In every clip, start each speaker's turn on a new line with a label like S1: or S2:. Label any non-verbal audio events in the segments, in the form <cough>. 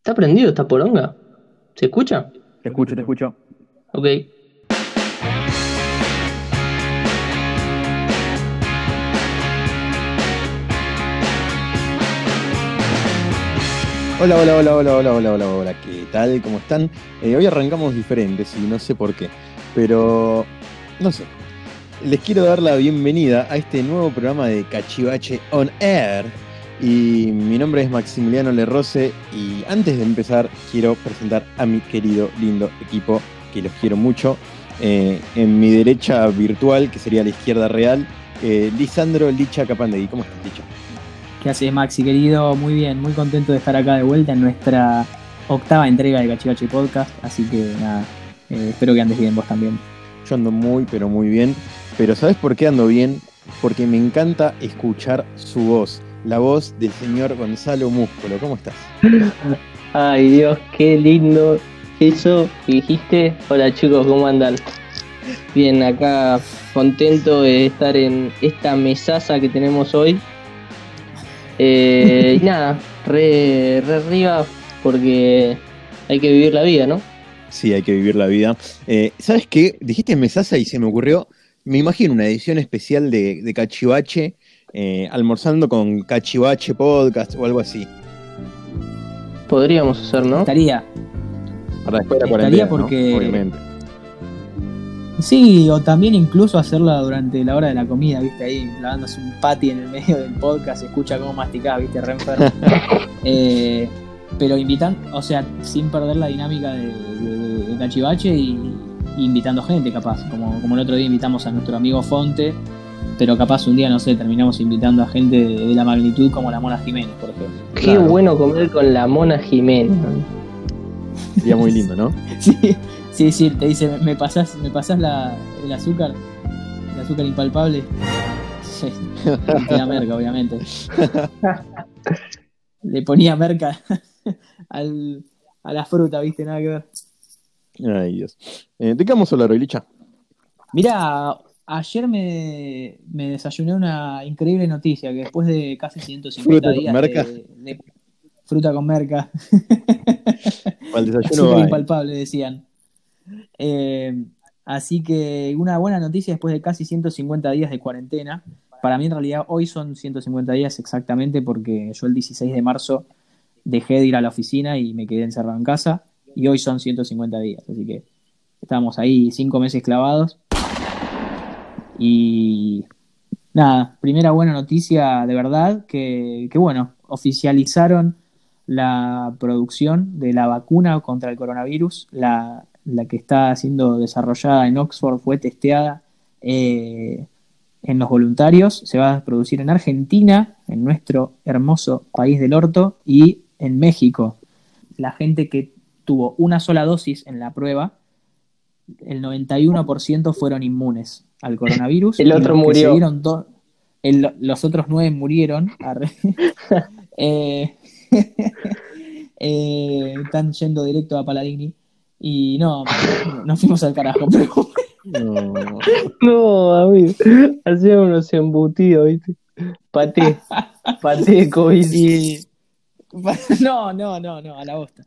S1: ¿Está prendido esta poronga? ¿Se escucha?
S2: Te escucho, te escucho.
S1: Ok.
S3: Hola, hola, hola, hola, hola, hola, hola, hola, ¿qué tal? ¿Cómo están? Eh, hoy arrancamos diferentes y no sé por qué, pero no sé. Les quiero dar la bienvenida a este nuevo programa de Cachivache On Air. Y mi nombre es Maximiliano Lerrose y antes de empezar quiero presentar a mi querido, lindo equipo, que los quiero mucho. Eh, en mi derecha virtual, que sería la izquierda real, eh, Lisandro Licha Capandegui. ¿Cómo estás, Licha?
S4: ¿Qué haces, Maxi, querido? Muy bien, muy contento de estar acá de vuelta en nuestra octava entrega de Cachivache Podcast. Así que nada, eh, espero que andes bien vos también.
S3: Yo ando muy, pero muy bien. Pero ¿sabes por qué ando bien? Porque me encanta escuchar su voz, la voz del señor Gonzalo Músculo. ¿Cómo estás?
S1: Ay Dios, qué lindo eso que dijiste. Hola chicos, ¿cómo andan? Bien, acá contento de estar en esta mesaza que tenemos hoy. <laughs> Eh, y nada, re, re arriba porque hay que vivir la vida, ¿no?
S3: Sí, hay que vivir la vida. Eh, ¿Sabes qué? Dijiste mesaza y se me ocurrió, me imagino una edición especial de, de Cachivache, eh, almorzando con Cachivache Podcast o algo así.
S1: Podríamos hacer, ¿no?
S4: Estaría.
S3: Para después de la
S4: Estaría
S3: cuarentena, ¿no?
S4: porque-
S3: Obviamente.
S4: Sí, o también incluso hacerla durante la hora de la comida, viste, ahí lavándose un patty en el medio del podcast, se escucha cómo masticás, viste, re enfermo. Eh, pero invitando, o sea, sin perder la dinámica de, de- de Cachivache y, y invitando gente, capaz. Como, como el otro día invitamos a nuestro amigo Fonte, pero capaz un día, no sé, terminamos invitando a gente de, de la magnitud como la Mona Jiménez, por ejemplo.
S1: Qué
S3: Claro.
S1: bueno comer con la mona Jiménez.
S3: Sería muy lindo, <laughs> ¿no?
S4: Sí, sí, sí, te dice, me- me pasás, me pasás la, el azúcar, el azúcar impalpable. Sí, y la merca, obviamente. Le ponía merca al, a la fruta, viste, nada que ver.
S3: Ay, Dios. Eh, ¿De qué vamos a hablar hoy, Licha?
S4: Mira, ayer me, me desayuné una increíble noticia, que después de casi 150
S3: Fruta con
S4: días
S3: merca.
S4: De, de fruta con merca,
S3: Para el desayuno
S4: Súper
S3: va, eh.
S4: impalpable, decían. Eh, así que una buena noticia después de casi 150 días de cuarentena. Para mí, en realidad, hoy son 150 días exactamente, porque yo el 16 de marzo dejé de ir a la oficina y me quedé encerrado en casa. Y hoy son 150 días, así que estamos ahí cinco meses clavados. Y nada, primera buena noticia de verdad, que, que bueno, oficializaron la producción de la vacuna contra el coronavirus, la, la que está siendo desarrollada en Oxford, fue testeada eh, en los voluntarios, se va a producir en Argentina, en nuestro hermoso país del orto, y en México. La gente que tuvo una sola dosis en la prueba, el 91% fueron inmunes al
S1: <laughs>
S4: coronavirus.
S1: El
S4: y
S1: otro
S4: los que se
S1: murió.
S4: dieron do- el- los otros nueve murieron.
S1: <laughs>
S4: Arre. Eh, <laughs> eh, están yendo directo a Paladini. Y no, nos fuimos al carajo, pero
S3: No.
S1: No, amigo. Hacía unos embutidos, ¿viste? <laughs> Paté. Paté de COVID.
S4: Sí. <laughs> No, no, no, no, a la bosta.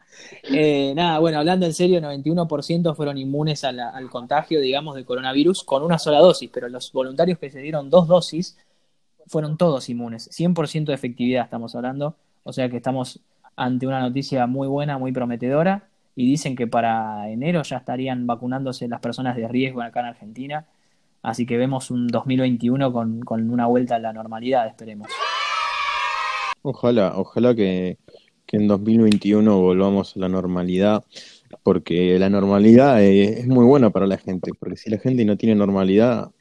S4: Eh, nada, bueno, hablando en serio, 91% fueron inmunes a la- al contagio, digamos, de coronavirus con una sola dosis, pero los voluntarios que se dieron dos dosis fueron todos inmunes. 100% de efectividad estamos hablando, o sea que estamos ante una noticia muy buena, muy prometedora, y dicen que para enero ya estarían vacunándose las personas de riesgo acá en Argentina, así que vemos un 2021 con, con una vuelta a la normalidad, esperemos.
S3: Ojalá, ojalá que, que en 2021 volvamos a la normalidad, porque la normalidad eh, es muy buena para la gente, porque si la gente no tiene normalidad,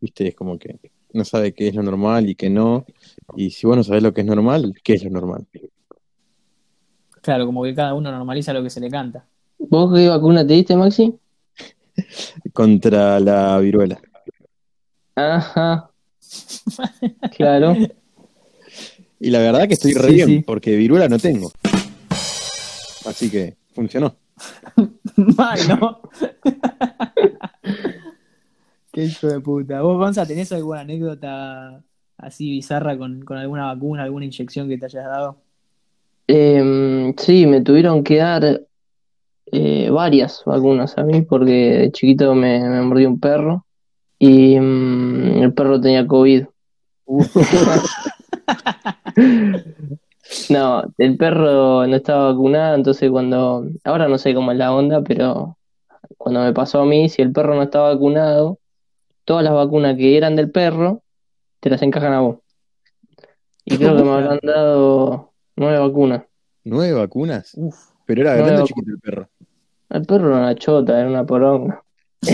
S3: viste, es como que no sabe qué es lo normal y qué no, y si vos no sabés lo que es normal, ¿qué es lo normal?
S4: Claro, como que cada uno normaliza lo que se le canta.
S1: ¿Vos qué vacuna te diste, Maxi?
S3: Contra la viruela.
S1: Ajá. <laughs> Claro.
S3: Y la verdad que estoy re
S4: Sí,
S3: bien,
S4: sí.
S3: porque viruela no tengo. Así que funcionó.
S4: <laughs> Mal, ¿no? Qué hijo de puta. ¿Vos, Gonza, tenés alguna anécdota así bizarra con, con alguna vacuna, alguna inyección que te hayas dado?
S1: Em, sí, me tuvieron que dar eh, varias vacunas a mí porque de chiquito me, me mordió un perro y mm, el perro tenía COVID. No, el perro no estaba vacunado, entonces cuando, ahora no sé cómo es la onda, pero cuando me pasó a mí, si el perro no estaba vacunado, todas las vacunas que eran del perro, te las encajan a vos. Y creo que me habrán dado nueve vacunas.
S3: ¿Nueve vacunas?
S4: Uf.
S3: Pero era
S1: Nueve
S3: grande o
S1: vacunas.
S3: chiquito el perro.
S1: El perro era una chota, era una poronga.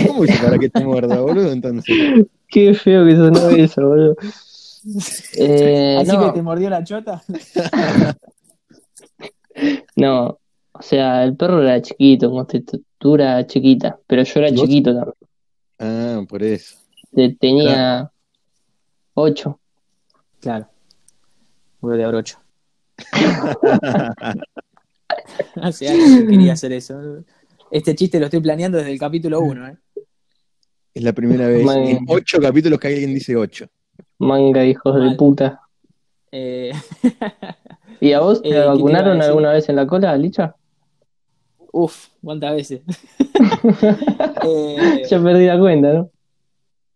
S3: ¿Cómo hizo para que te muerda, boludo? Entonces.
S1: Qué feo que
S4: <laughs>
S1: sonó eso, boludo. Eh,
S4: Así
S1: no.
S4: que te mordió la chota.
S1: No, o sea, el perro era chiquito, con textura chiquita, pero yo era
S3: ¿Y vos?
S1: chiquito también,
S3: Ah, por eso.
S1: te- tenía ocho.
S4: <laughs> Claro. Voy de <laughs> abrocho. Hace años que quería hacer eso. Este chiste lo estoy planeando desde el capítulo 1, ¿eh?
S3: Es la primera vez
S1: Madre.
S3: en ocho capítulos que alguien dice ocho.
S1: Manga, hijos de
S4: Mal.
S1: puta.
S4: Eh, <laughs>
S1: ¿Y a vos te
S4: Eh, ¿qué te iba a
S1: vacunaron
S4: decir?
S1: alguna vez en la cola, Licha?
S4: Uf, cuántas veces. <laughs> Eh,
S1: Ya perdí la cuenta, ¿no?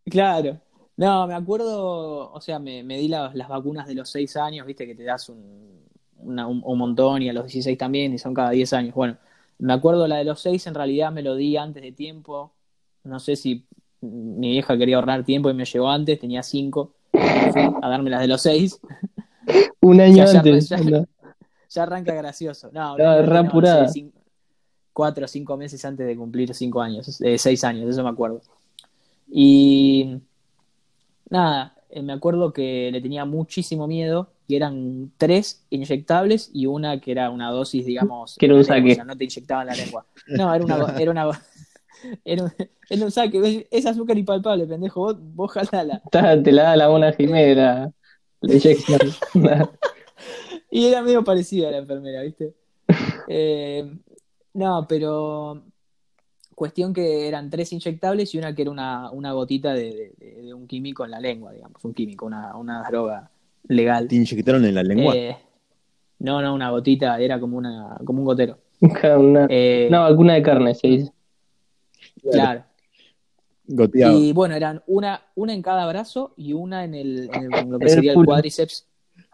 S4: Claro. No, me acuerdo, o sea, me, me di las, las vacunas de los 6 años, viste que te das un, una- un, un montón y a los 16 también, y son cada 10 años. Bueno, me acuerdo la de los 6, en realidad me lo di antes de tiempo. No sé si mi vieja quería ahorrar tiempo y me llevó antes, tenía 5, a darme las de los 6.
S1: Un año
S4: Ya, ya,
S1: antes,
S4: ya.
S1: anda.
S4: Ya arranca gracioso. No,
S1: Estaba re apurada.
S4: 4 o 5 meses antes de cumplir 5 años, 6 años, eso me acuerdo. Y nada, eh, me acuerdo que le tenía muchísimo miedo y eran tres inyectables y una que era una dosis, digamos,
S1: Que era
S4: en
S1: un
S4: la lengua,
S1: saque.
S4: o sea, no te inyectaban la lengua. No, era una era una <laughs> era un, era un saque, ¿ves? es azúcar impalpable, pendejo, vos, vos jalala.
S1: Ta- te la da la buena Jimena, la inyección. <laughs>
S4: Y era medio parecida a la enfermera, ¿viste? Eh, no, pero cuestión que eran tres inyectables y una que era una, una gotita de, de- de un químico en la lengua, digamos, un químico, una, una droga legal.
S3: ¿Te inyectaron en la lengua?
S4: Eh, no, no, una gotita, era como, una, como un gotero.
S1: Una,
S4: Eh,
S1: una vacuna de carne, se dice.
S4: claro.
S3: Goteado.
S4: Y bueno, eran una, una en cada brazo y una en, el, en el- lo que
S1: En el
S4: sería el
S1: culo.
S4: cuádriceps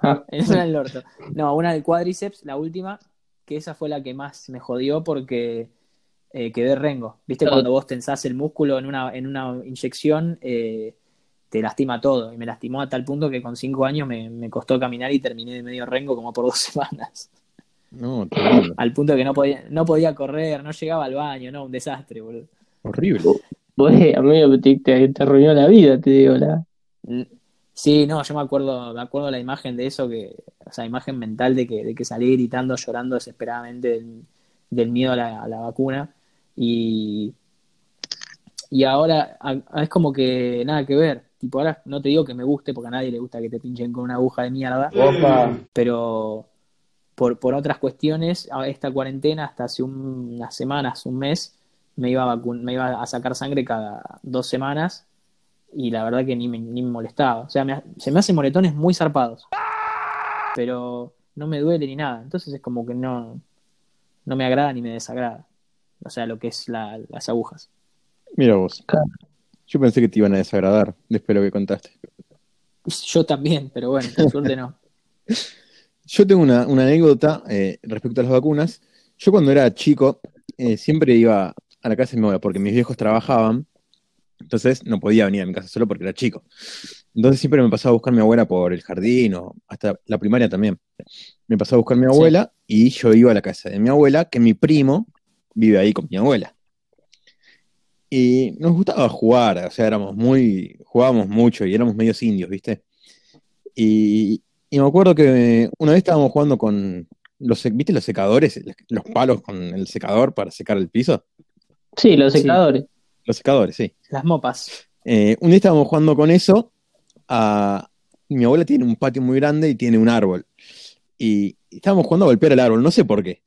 S1: Ah, <laughs>
S4: Es <laughs> una del orto. No, una del cuádriceps, la última, que esa fue la que más me jodió porque eh, quedé rengo. ¿Viste?
S1: Claro.
S4: Cuando vos tensás el músculo en una, en una inyección, eh, te lastima todo. Y me lastimó a tal punto que con cinco años me, me costó caminar y terminé de medio rengo como por dos <laughs> semanas.
S3: No, terrible.
S4: Al punto que no podía, no podía correr, no llegaba al baño, no, un desastre, boludo.
S3: Horrible.
S1: vos, eh, amigo, te, te, te arruinó la vida, te digo, la...
S4: Sí, no, yo me acuerdo, me acuerdo la imagen de eso que, o sea, imagen mental de que, de que salí gritando, llorando desesperadamente del, del miedo a la, a la vacuna. Y, y ahora a- a- es como que nada que ver. Tipo, ahora no te digo que me guste, porque a nadie le gusta que te pinchen con una aguja de mierda,
S1: Opa.
S4: pero por, por otras cuestiones, a esta cuarentena, hasta hace un- unas semanas, un mes, me iba, a vacun- me iba a sacar sangre cada dos semanas y la verdad que ni me, ni me molestaba. O sea, me ha- se me hacen moretones muy zarpados, pero no me duele ni nada. Entonces es como que no, no me agrada ni me desagrada. O sea, lo que es la- las agujas.
S3: Mira vos.
S1: Claro.
S3: Yo pensé que te iban a desagradar después de lo que contaste.
S4: Yo también, pero bueno, por suerte no.
S3: Yo tengo una, una anécdota eh, respecto a las vacunas. Yo cuando era chico eh, siempre iba a la casa de mi abuela porque mis viejos trabajaban, entonces no podía venir a mi casa solo porque era chico. Entonces siempre me pasaba a buscar mi abuela por el jardín o hasta la primaria también. Me pasaba a buscar mi abuela y yo iba a la casa de mi abuela, que mi primo vive ahí con mi abuela. Y nos gustaba jugar, o sea, éramos muy, jugábamos mucho y éramos medios indios, ¿viste? Y, y me acuerdo que una vez estábamos jugando con los, sec- ¿viste los secadores? Los palos con el secador para secar el piso.
S1: Sí, los
S4: Sí.
S1: secadores.
S3: Los secadores, sí.
S4: Las mopas.
S3: Eh, un día estábamos jugando con eso. a- Mi abuela tiene un patio muy grande y tiene un árbol. Y estábamos jugando a golpear el árbol, no sé por qué.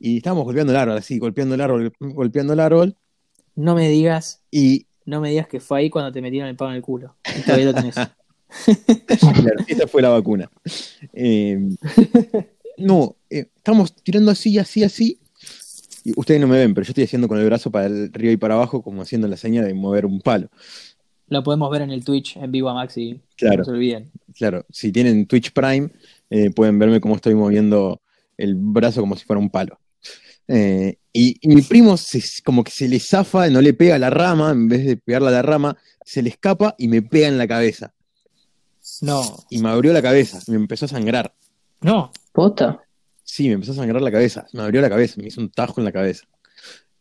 S3: Y estábamos golpeando el árbol, así, golpeando el árbol, golpeando el árbol.
S4: No me digas,
S3: Y
S4: no me digas que fue ahí cuando te metieron el palo en el culo. Y todavía lo tenés.
S3: Claro, esta fue la vacuna. Eh, Em, no, eh, estamos tirando así, así, así. Y ustedes no me ven, pero yo estoy haciendo con el brazo para el río y para abajo, como haciendo la señal de mover un palo.
S4: Lo podemos ver en el Twitch en vivo a Maxi.
S3: Claro.
S4: No se olviden.
S3: Claro, si tienen Twitch Prime, eh, pueden verme cómo estoy moviendo el brazo como si fuera un palo. Eh, y, y mi primo se- como que se le zafa, no le pega a la rama, en vez de pegarla a la rama, se le escapa y me pega en la cabeza.
S4: No.
S3: Y me abrió la cabeza, me empezó a sangrar.
S4: No.
S1: ¿Posta?
S3: Sí, me empezó a sangrar la cabeza, me abrió la cabeza, me hizo un tajo en la cabeza.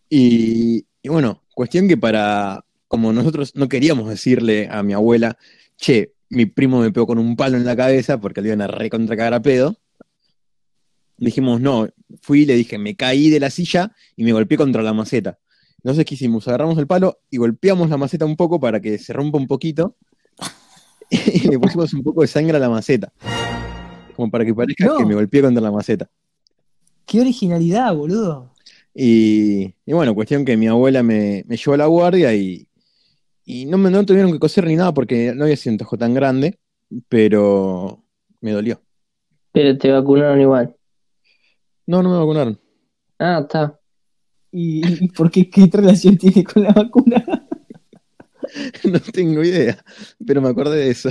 S3: Y, y bueno, cuestión que para, como nosotros no queríamos decirle a mi abuela, che, mi primo me pegó con un palo en la cabeza porque le iban a recontra cagar a pedo, dijimos, no, fui y le dije, me caí de la silla y me golpeé contra la maceta. Entonces, ¿qué hicimos? Agarramos el palo y golpeamos la maceta un poco para que se rompa un poquito <laughs> y le pusimos un poco de sangre a la maceta. Como para que parezca
S4: No.
S3: que me golpeé contra la maceta.
S4: Qué originalidad, boludo.
S3: Y, y bueno, cuestión que mi abuela me, me llevó a la guardia y, y no me no tuvieron que coser ni nada porque no había sido un tajo tan grande, pero me dolió.
S1: Pero te vacunaron igual.
S3: No, no me vacunaron. <laughs>
S1: Ah, está.
S4: ¿Y, y por qué qué relación tiene con la vacuna?
S3: No tengo idea, pero me acordé de eso.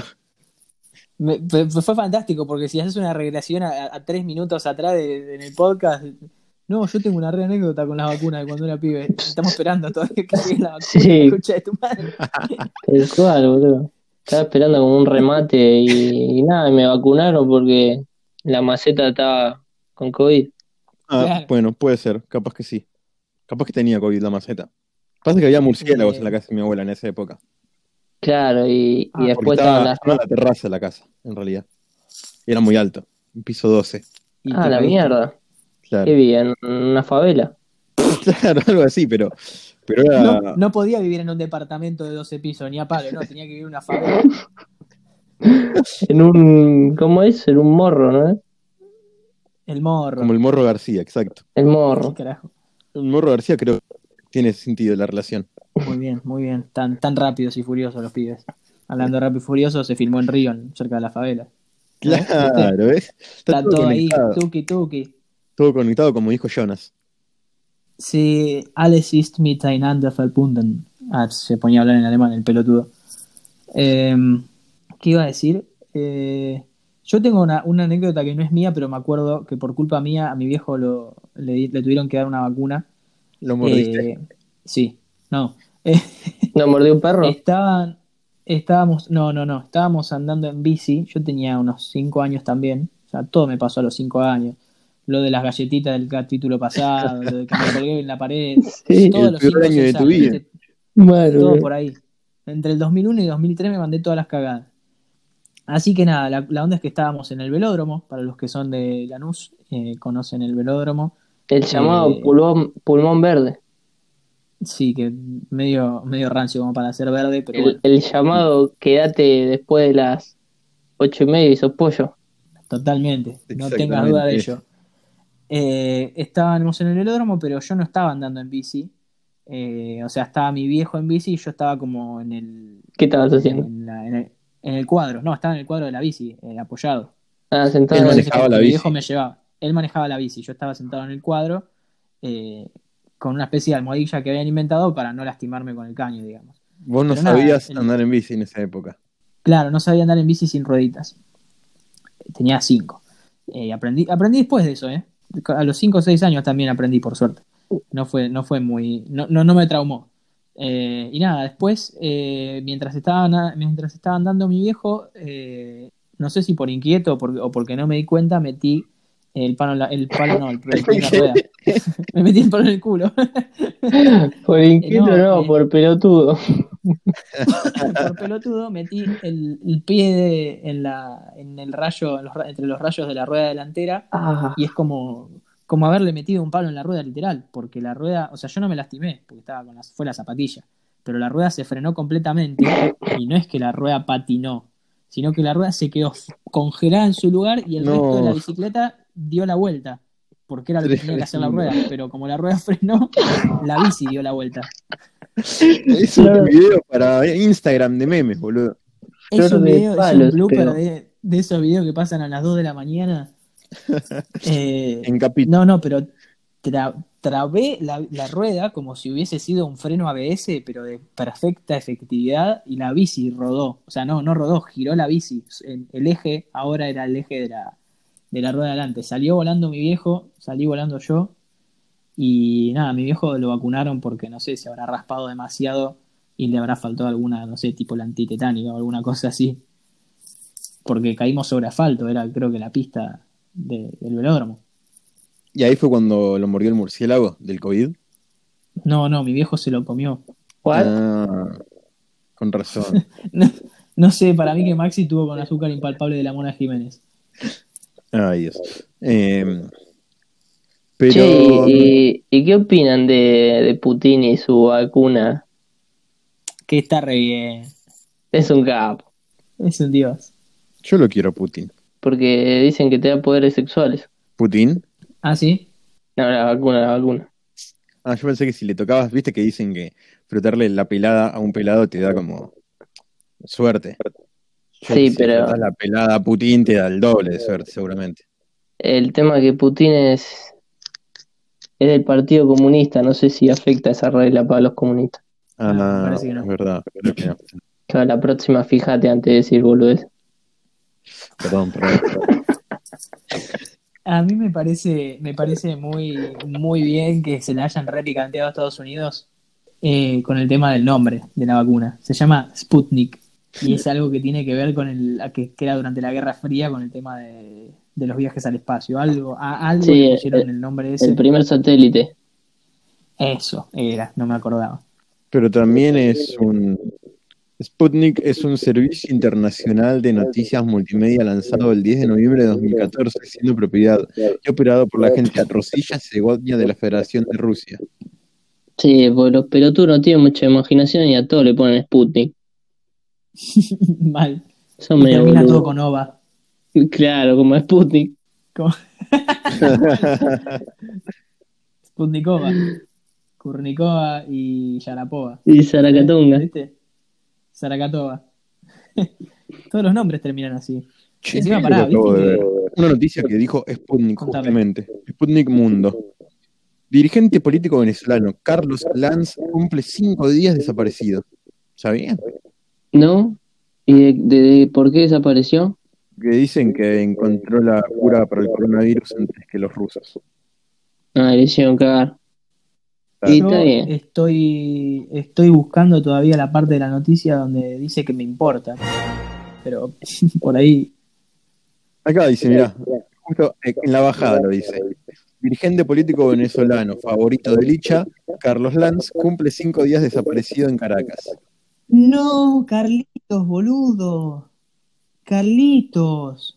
S4: Me- fue, fue fantástico porque si haces una regresión a, a tres minutos atrás de- de- en el podcast, no, yo tengo una re anécdota con las vacunas de cuando era pibe. Estamos esperando todavía que llegue la vacuna.
S1: Sí.
S4: Concha de tu madre.
S1: El cual, boludo. Estaba esperando como un remate y, y nada, me vacunaron porque la maceta estaba con COVID.
S3: Ah,
S4: Claro.
S3: bueno, puede ser, capaz que sí. Capaz que tenía COVID la maceta. Pasa que había murciélagos
S4: Eh.
S3: en la casa de mi abuela en esa época.
S1: Claro, y, y
S4: Ah,
S3: Porque
S1: después
S3: estaba
S1: estaban las...
S3: estaba en la terraza de la casa, en realidad. Y era muy alto, un piso 12.
S4: Y
S1: Ah,
S4: te
S1: la
S4: caíste.
S1: mierda.
S3: Claro,
S1: ¿Qué vivía? ¿En una favela?
S3: <laughs> claro algo así, pero, pero era...
S4: No, no podía vivir en un departamento de 12 pisos, ni a palo, no, tenía que vivir en una favela.
S1: En un... ¿Cómo es? En un morro, ¿no?
S4: El morro.
S3: Como el morro García, exacto.
S1: El morro.
S4: <laughs> Qué carajo.
S3: El morro García creo que tiene sentido la relación.
S4: Muy bien, muy bien. Tan, tan rápidos y furiosos los pibes. Hablando de rápido y furioso, se filmó en Río, en- cerca de la favela.
S3: Claro, ¿ves?
S4: Está, todo, ahí,
S3: conectado,
S4: tuki tuki.
S3: todo conectado, como dijo Jonas.
S4: Si alles ist mit einander verbunden. Ah, se ponía a hablar en alemán, el pelotudo. Em, ¿Qué iba a decir? Eh, yo tengo una, una anécdota que no es mía, pero me acuerdo que por culpa mía a mi viejo lo, le, di- le tuvieron que dar una vacuna.
S3: Lo mordiste.
S4: Eh, sí, no. Eh,
S1: ¿No mordió un perro?
S4: Estaban, estábamos, no, no, no, estábamos andando en bici, yo tenía unos 5 años también, o sea, todo me pasó a los 5 años, lo de las galletitas del capítulo pasado, lo de que me colgué en la
S3: <laughs>
S4: pared,
S1: Sí,
S4: todos
S3: el
S4: los
S3: peor
S4: cinco
S3: año de tu
S4: sensables,
S3: vida.
S4: ¿viste?
S1: Bueno,
S4: todo por ahí. Entre el 2001 y 2003 me mandé todas las cagadas. Así que nada, la, la onda es que estábamos en el velódromo, para los que son de Lanús, eh, conocen el velódromo,
S1: el llamado
S4: Eh.
S1: pulmón, pulmón verde.
S4: sí, que medio, medio rancio como para ser verde, pero bueno.
S1: El, el llamado quédate después de las ocho y media y sos pollo.
S4: Totalmente, no
S3: Exactamente,
S4: tengas duda de
S3: eso.
S4: ello. Eh, estábamos en el velódromo, pero yo no estaba andando en bici. Eh, o sea, estaba mi viejo en bici y yo estaba como en el,
S1: ¿Qué estabas haciendo?
S4: en, la- en el, en el cuadro. No, estaba en el cuadro de la bici, eh, apoyado.
S1: Ah, sentado
S3: Él
S1: en el-
S3: manejaba la
S4: mi
S3: bici.
S4: viejo me llevaba. Él manejaba la bici, yo estaba sentado en el cuadro eh, con una especie de almohadilla que habían inventado para no lastimarme con el caño, digamos.
S3: Vos no
S4: pero nada,
S3: sabías
S4: el-
S3: andar en bici en esa época.
S4: Claro, no sabía andar en bici sin rueditas. Tenía cinco. Eh, aprendí, aprendí después de eso, ¿eh? A los cinco o seis años también aprendí, por suerte. No fue, no fue muy. No, no, no me traumó. Eh, y nada, después, eh, mientras, estaba, na- mientras estaba andando mi viejo, eh, no sé si por inquieto o, por- o porque no me di cuenta, metí el palo en la, el palo, no, el, el pie en la rueda. <laughs> me metí el palo en el culo.
S1: Por inquieto
S4: No,
S1: no,
S4: eh.
S1: por pelotudo.
S4: por pelotudo metí el, el pie de- en la en el rayo en los ra- entre los rayos de la rueda delantera
S1: Ah,
S4: y es como como haberle metido un palo en la rueda literal porque la rueda o sea yo no me lastimé porque estaba con las fue la zapatilla pero la rueda se frenó completamente y no es que la rueda patinó sino que la rueda se quedó f- congelada en su lugar y el
S3: No.
S4: resto de la bicicleta dio la vuelta porque era lo que tenía que hacer la rueda pero como la rueda frenó la bici dio la vuelta
S3: Es un
S1: Claro.
S3: video para Instagram de memes, boludo.
S4: Es
S1: Flor
S4: un
S1: de
S4: video, es un
S1: palos,
S4: blooper
S1: creo. <laughs>
S4: de, de esos videos que pasan a las 2 de la mañana Eh,
S3: En capítulo.
S4: no, no, pero tra- trabé la, la rueda como si hubiese sido un freno ABS, pero de perfecta efectividad, y la bici rodó. O sea, no, no rodó, giró la bici. El, el eje ahora era el eje de la, de la rueda de adelante. Salió volando mi viejo, salí volando yo, y nada, mi viejo lo vacunaron porque no sé, se habrá raspado demasiado y le habrá faltado alguna, no sé, tipo la antitetánica o alguna cosa así. Porque caímos sobre asfalto, era creo que la pista de- del velódromo.
S3: Y ahí fue cuando lo mordió el murciélago del COVID.
S4: No, no, mi viejo se lo comió.
S1: ¿What?
S3: Ah, con razón.
S4: No, no sé, para mí que Maxi tuvo con azúcar impalpable de la Mona Jiménez.
S3: Ay, Dios. Eh, pero.
S1: Che, ¿y, y qué opinan de, de Putin y su vacuna?
S4: Que está re bien.
S1: Es un capo,
S4: Es un dios.
S3: Yo lo quiero, Putin.
S1: porque dicen que te da poderes sexuales.
S3: ¿Putin?
S4: ¿Ah, sí?
S1: No, la vacuna, la vacuna.
S3: Ah, yo pensé que si le tocabas, viste que dicen que frotarle la pelada a un pelado te da como suerte. Yo
S1: Sí,
S3: si
S1: pero-
S3: frotás la pelada a Putin te da el doble de suerte, seguramente.
S1: El tema que Putin es, es del Partido Comunista, no sé si afecta esa regla para los comunistas.
S3: Ah,
S4: Ah, parece que no.
S3: es verdad. creo que no.
S1: Claro, la próxima fíjate antes de decir boludez.
S3: Perdón, perdón.
S4: A mí me parece, me parece muy, muy bien que se la hayan repicanteado a Estados Unidos eh, con el tema del nombre de la vacuna. Se llama Sputnik y es algo que tiene que ver con el a que, que era durante la Guerra Fría con el tema de, de los viajes al espacio. Algo, a, algo
S1: Sí,
S4: le pusieron
S1: el-
S4: el nombre ese.
S1: El primer satélite.
S4: Eso era, no me acordaba. <laughs>
S3: Pero también es un. Sputnik es un servicio internacional de noticias multimedia lanzado el 10 de noviembre de 2014, siendo propiedad y operado por la agencia Rosilla Segovia de la Federación de Rusia.
S1: Sí, porque los pelotudos no tienen mucha imaginación y a todos le ponen Sputnik.
S4: Mal.
S1: Son
S4: Y
S1: medio
S4: termina
S1: boludos.
S4: todo con OVA.
S1: <laughs> Claro, como Sputnik.
S4: Sputnikova, Kurnikova y Yarapova.
S1: Y Zaracatonga.
S4: ¿Viste? Sarakatova. <laughs> Todos los nombres terminan así.
S3: Che,
S4: Encima,
S3: yo
S4: pará,
S3: lo acabo
S4: ¿viste
S3: de
S4: que-
S3: ver. Una noticia que dijo Sputnik
S4: Contame.
S3: justamente. Sputnik Mundo. Dirigente político venezolano Carlos Lanz cumple cinco días desaparecido. ¿Sabían?
S1: ¿No? ¿Y de, de- de por qué desapareció?
S3: Que dicen que encontró la cura para el coronavirus antes que los rusos.
S1: Ah, le hicieron cagar. Y
S4: Yo
S1: está bien.
S4: estoy, estoy buscando todavía la parte de la noticia donde dice que me importa. Pero <laughs> por ahí.
S3: Acá dice, mirá, justo en la bajada lo dice. Dirigente político venezolano, favorito de Licha, Carlos Lanz, cumple cinco días desaparecido en Caracas.
S4: ¡No, Carlitos, boludo! ¡Carlitos!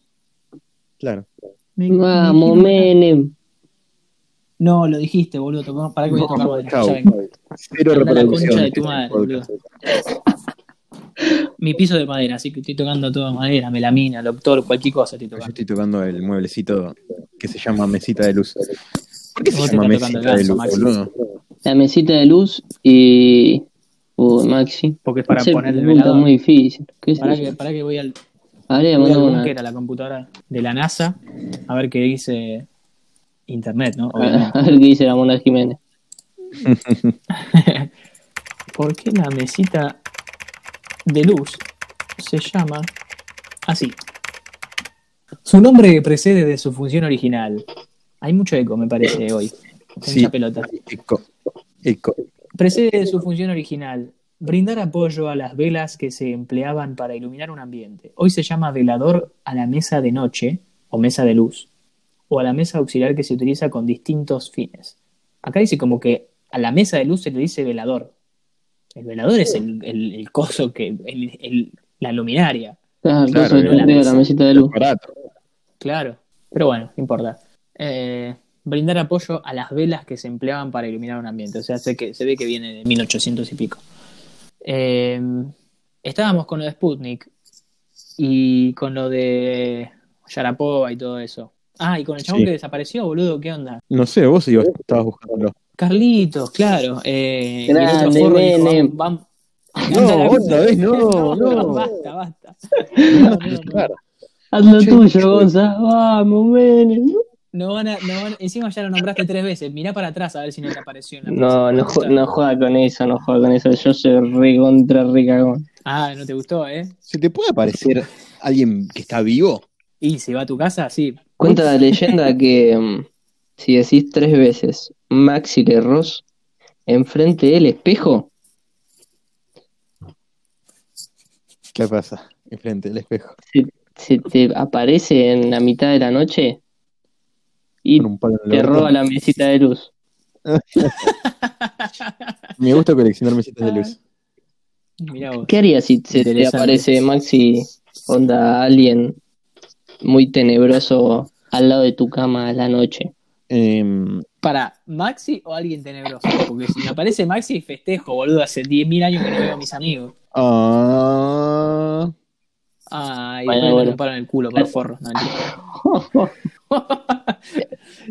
S3: Claro.
S4: Me- me
S1: Vamos,
S4: quiero-
S1: Menem.
S4: No, lo dijiste, boludo. Tocó- Pará que voy a
S3: No,
S4: tocar madera,
S3: chau.
S4: ya vengo.
S3: Cero
S4: Anda la concha
S3: reproducción.
S4: de tu madre, boludo. Mi piso de madera, así que estoy tocando toda madera, melamina, doctor, cualquier cosa estoy
S3: Yo
S4: tocando.
S3: estoy tocando el mueblecito que se llama mesita de luz. ¿Por qué se
S4: Vos te
S3: llama
S4: estás tocando el
S3: mesita de
S4: ganso,
S3: luz,
S4: Maxi.
S3: boludo?
S1: La mesita de luz y. Uy, Maxi.
S4: Porque es para
S1: Hacer
S4: poner el
S1: preguntas
S4: velador.
S1: muy difícil. ¿Qué es
S4: Pará
S1: eso?
S4: que, pará que voy al,
S1: Ahora le
S4: voy al
S1: mandamos una.
S4: búnker, a la computadora de la NASA, a ver qué dice internet, ¿no? Obviamente.
S1: A ver qué dice la Mona Jiménez.
S4: ¿Por qué la mesita de luz se llama así? Su nombre precede de su función original. Hay mucho eco, me parece, hoy. En
S3: Sí.
S4: esa pelota.
S3: Eco. Eco.
S4: Precede su función original, brindar apoyo a las velas que se empleaban para iluminar un ambiente. Hoy se llama velador a la mesa de noche o mesa de luz, o a la mesa auxiliar que se utiliza con distintos fines. Acá dice como que a la mesa de luz se le dice velador. El velador es el, el- el coso que. el- el- la luminaria,
S1: Ah,
S3: Claro,
S1: cosa que
S3: la
S1: te pega
S4: mesa.
S1: la mesita de luz.
S3: Barato.
S4: claro. Pero bueno, no importa. Eh, brindar apoyo a las velas que se empleaban para iluminar un ambiente. O sea, se, que, se ve que viene de 1800 y pico. Eh, estábamos con lo de Sputnik y con lo de Yarapova y todo eso. Ah, y con el chabón
S3: Sí.
S4: que desapareció, boludo, ¿qué onda?
S3: No sé, vos ibas, estabas buscándolo.
S4: Carlitos, claro. eh, y el otro
S1: Grande,
S4: forro dijo,
S1: Menem.
S4: "Vam- vam-
S3: No, otra vez
S4: <laughs> No,
S3: no, no. <laughs>
S4: basta, basta.
S3: Ah, No,
S4: no, no.
S1: Haz lo tuyo, Gonza. Vamos, men.
S4: No van a, no van- encima ya lo nombraste tres veces. Mirá para atrás a ver si no te apareció en la
S1: No,
S4: próxima.
S1: no, ju- no juega con eso, no juega con eso. Yo soy re contra re cagón.
S4: Ah, no te gustó, ¿eh?
S3: ¿Se te puede aparecer alguien que está vivo?
S4: Y si va a tu casa, sí.
S1: Cuenta la
S4: <laughs>
S1: leyenda que mm, si decís tres veces Maxi Le Ross enfrente del espejo,
S3: ¿Qué pasa? Enfrente del espejo.
S1: se, se te aparece en la mitad de la noche y
S3: Con un palo en el
S1: te
S3: orto.
S1: roba la mesita de luz.
S3: Me gusta coleccionar mesitas de luz.
S4: Mirá vos.
S1: ¿Qué harías si se te
S4: Interesante.
S1: aparece Maxi, onda alguien muy tenebroso al lado de tu cama a la
S4: <laughs>
S1: noche?
S3: Em,
S4: Para, ¿Maxi o alguien tenebroso? Porque si me aparece Maxi, festejo, boludo. Hace 10.000 años que no veo a mis amigos.
S3: ah,
S4: Ay,
S1: Bueno,
S4: bueno,
S1: bueno.
S4: me paran el culo por los forros. No, mentira.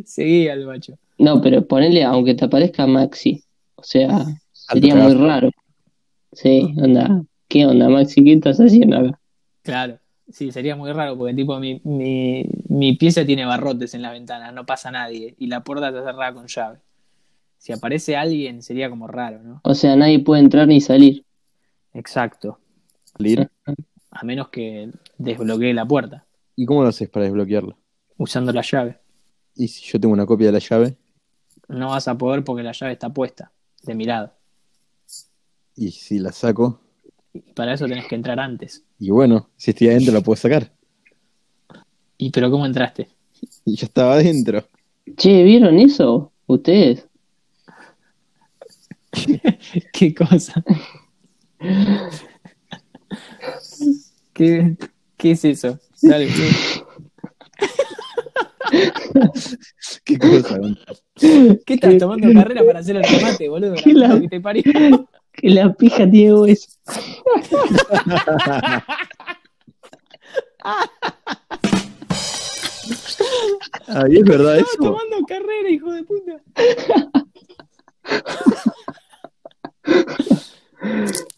S4: Seguí al macho.
S1: No, pero ponele, aunque te aparezca Maxi, o sea, sería
S3: Alto
S1: muy
S3: cagazo.
S1: raro. Sí, onda. ¿Qué onda, Maxi? ¿Qué estás haciendo acá?
S4: Claro. Sí, sería muy raro porque tipo mi, mi, mi pieza tiene barrotes en la ventana, no pasa nadie y la puerta está cerrada con llave. Si aparece alguien sería como raro, ¿no?
S1: O sea, nadie puede entrar ni salir.
S4: Exacto.
S3: salir.
S4: A menos que desbloquee la puerta
S3: ¿Y cómo lo haces para desbloquearlo?
S4: usando la llave.
S3: ¿Y si yo tengo una copia de la llave?
S4: No vas a poder porque la llave está puesta, de mi lado.
S3: ¿Y si la saco?
S4: Y para eso tenés que entrar antes.
S3: Y bueno, si estoy adentro la puedo sacar.
S4: ¿Y pero cómo entraste? <laughs>
S3: Y yo estaba adentro. <laughs>
S1: Che, ¿vieron eso? ¿Ustedes?
S4: ¿Qué cosa? ¿Qué, qué es eso? Dale, ¿qué?
S3: ¿Qué cosa?
S4: ¿Qué estás tomando carrera para hacer el tomate, boludo? La
S1: ¿Qué la-
S4: puta que te <laughs> parió.
S1: Que la pija tiene hueso.
S3: Ahí es
S4: Estaba
S3: verdad eso.
S4: tomando carrera, hijo de puta.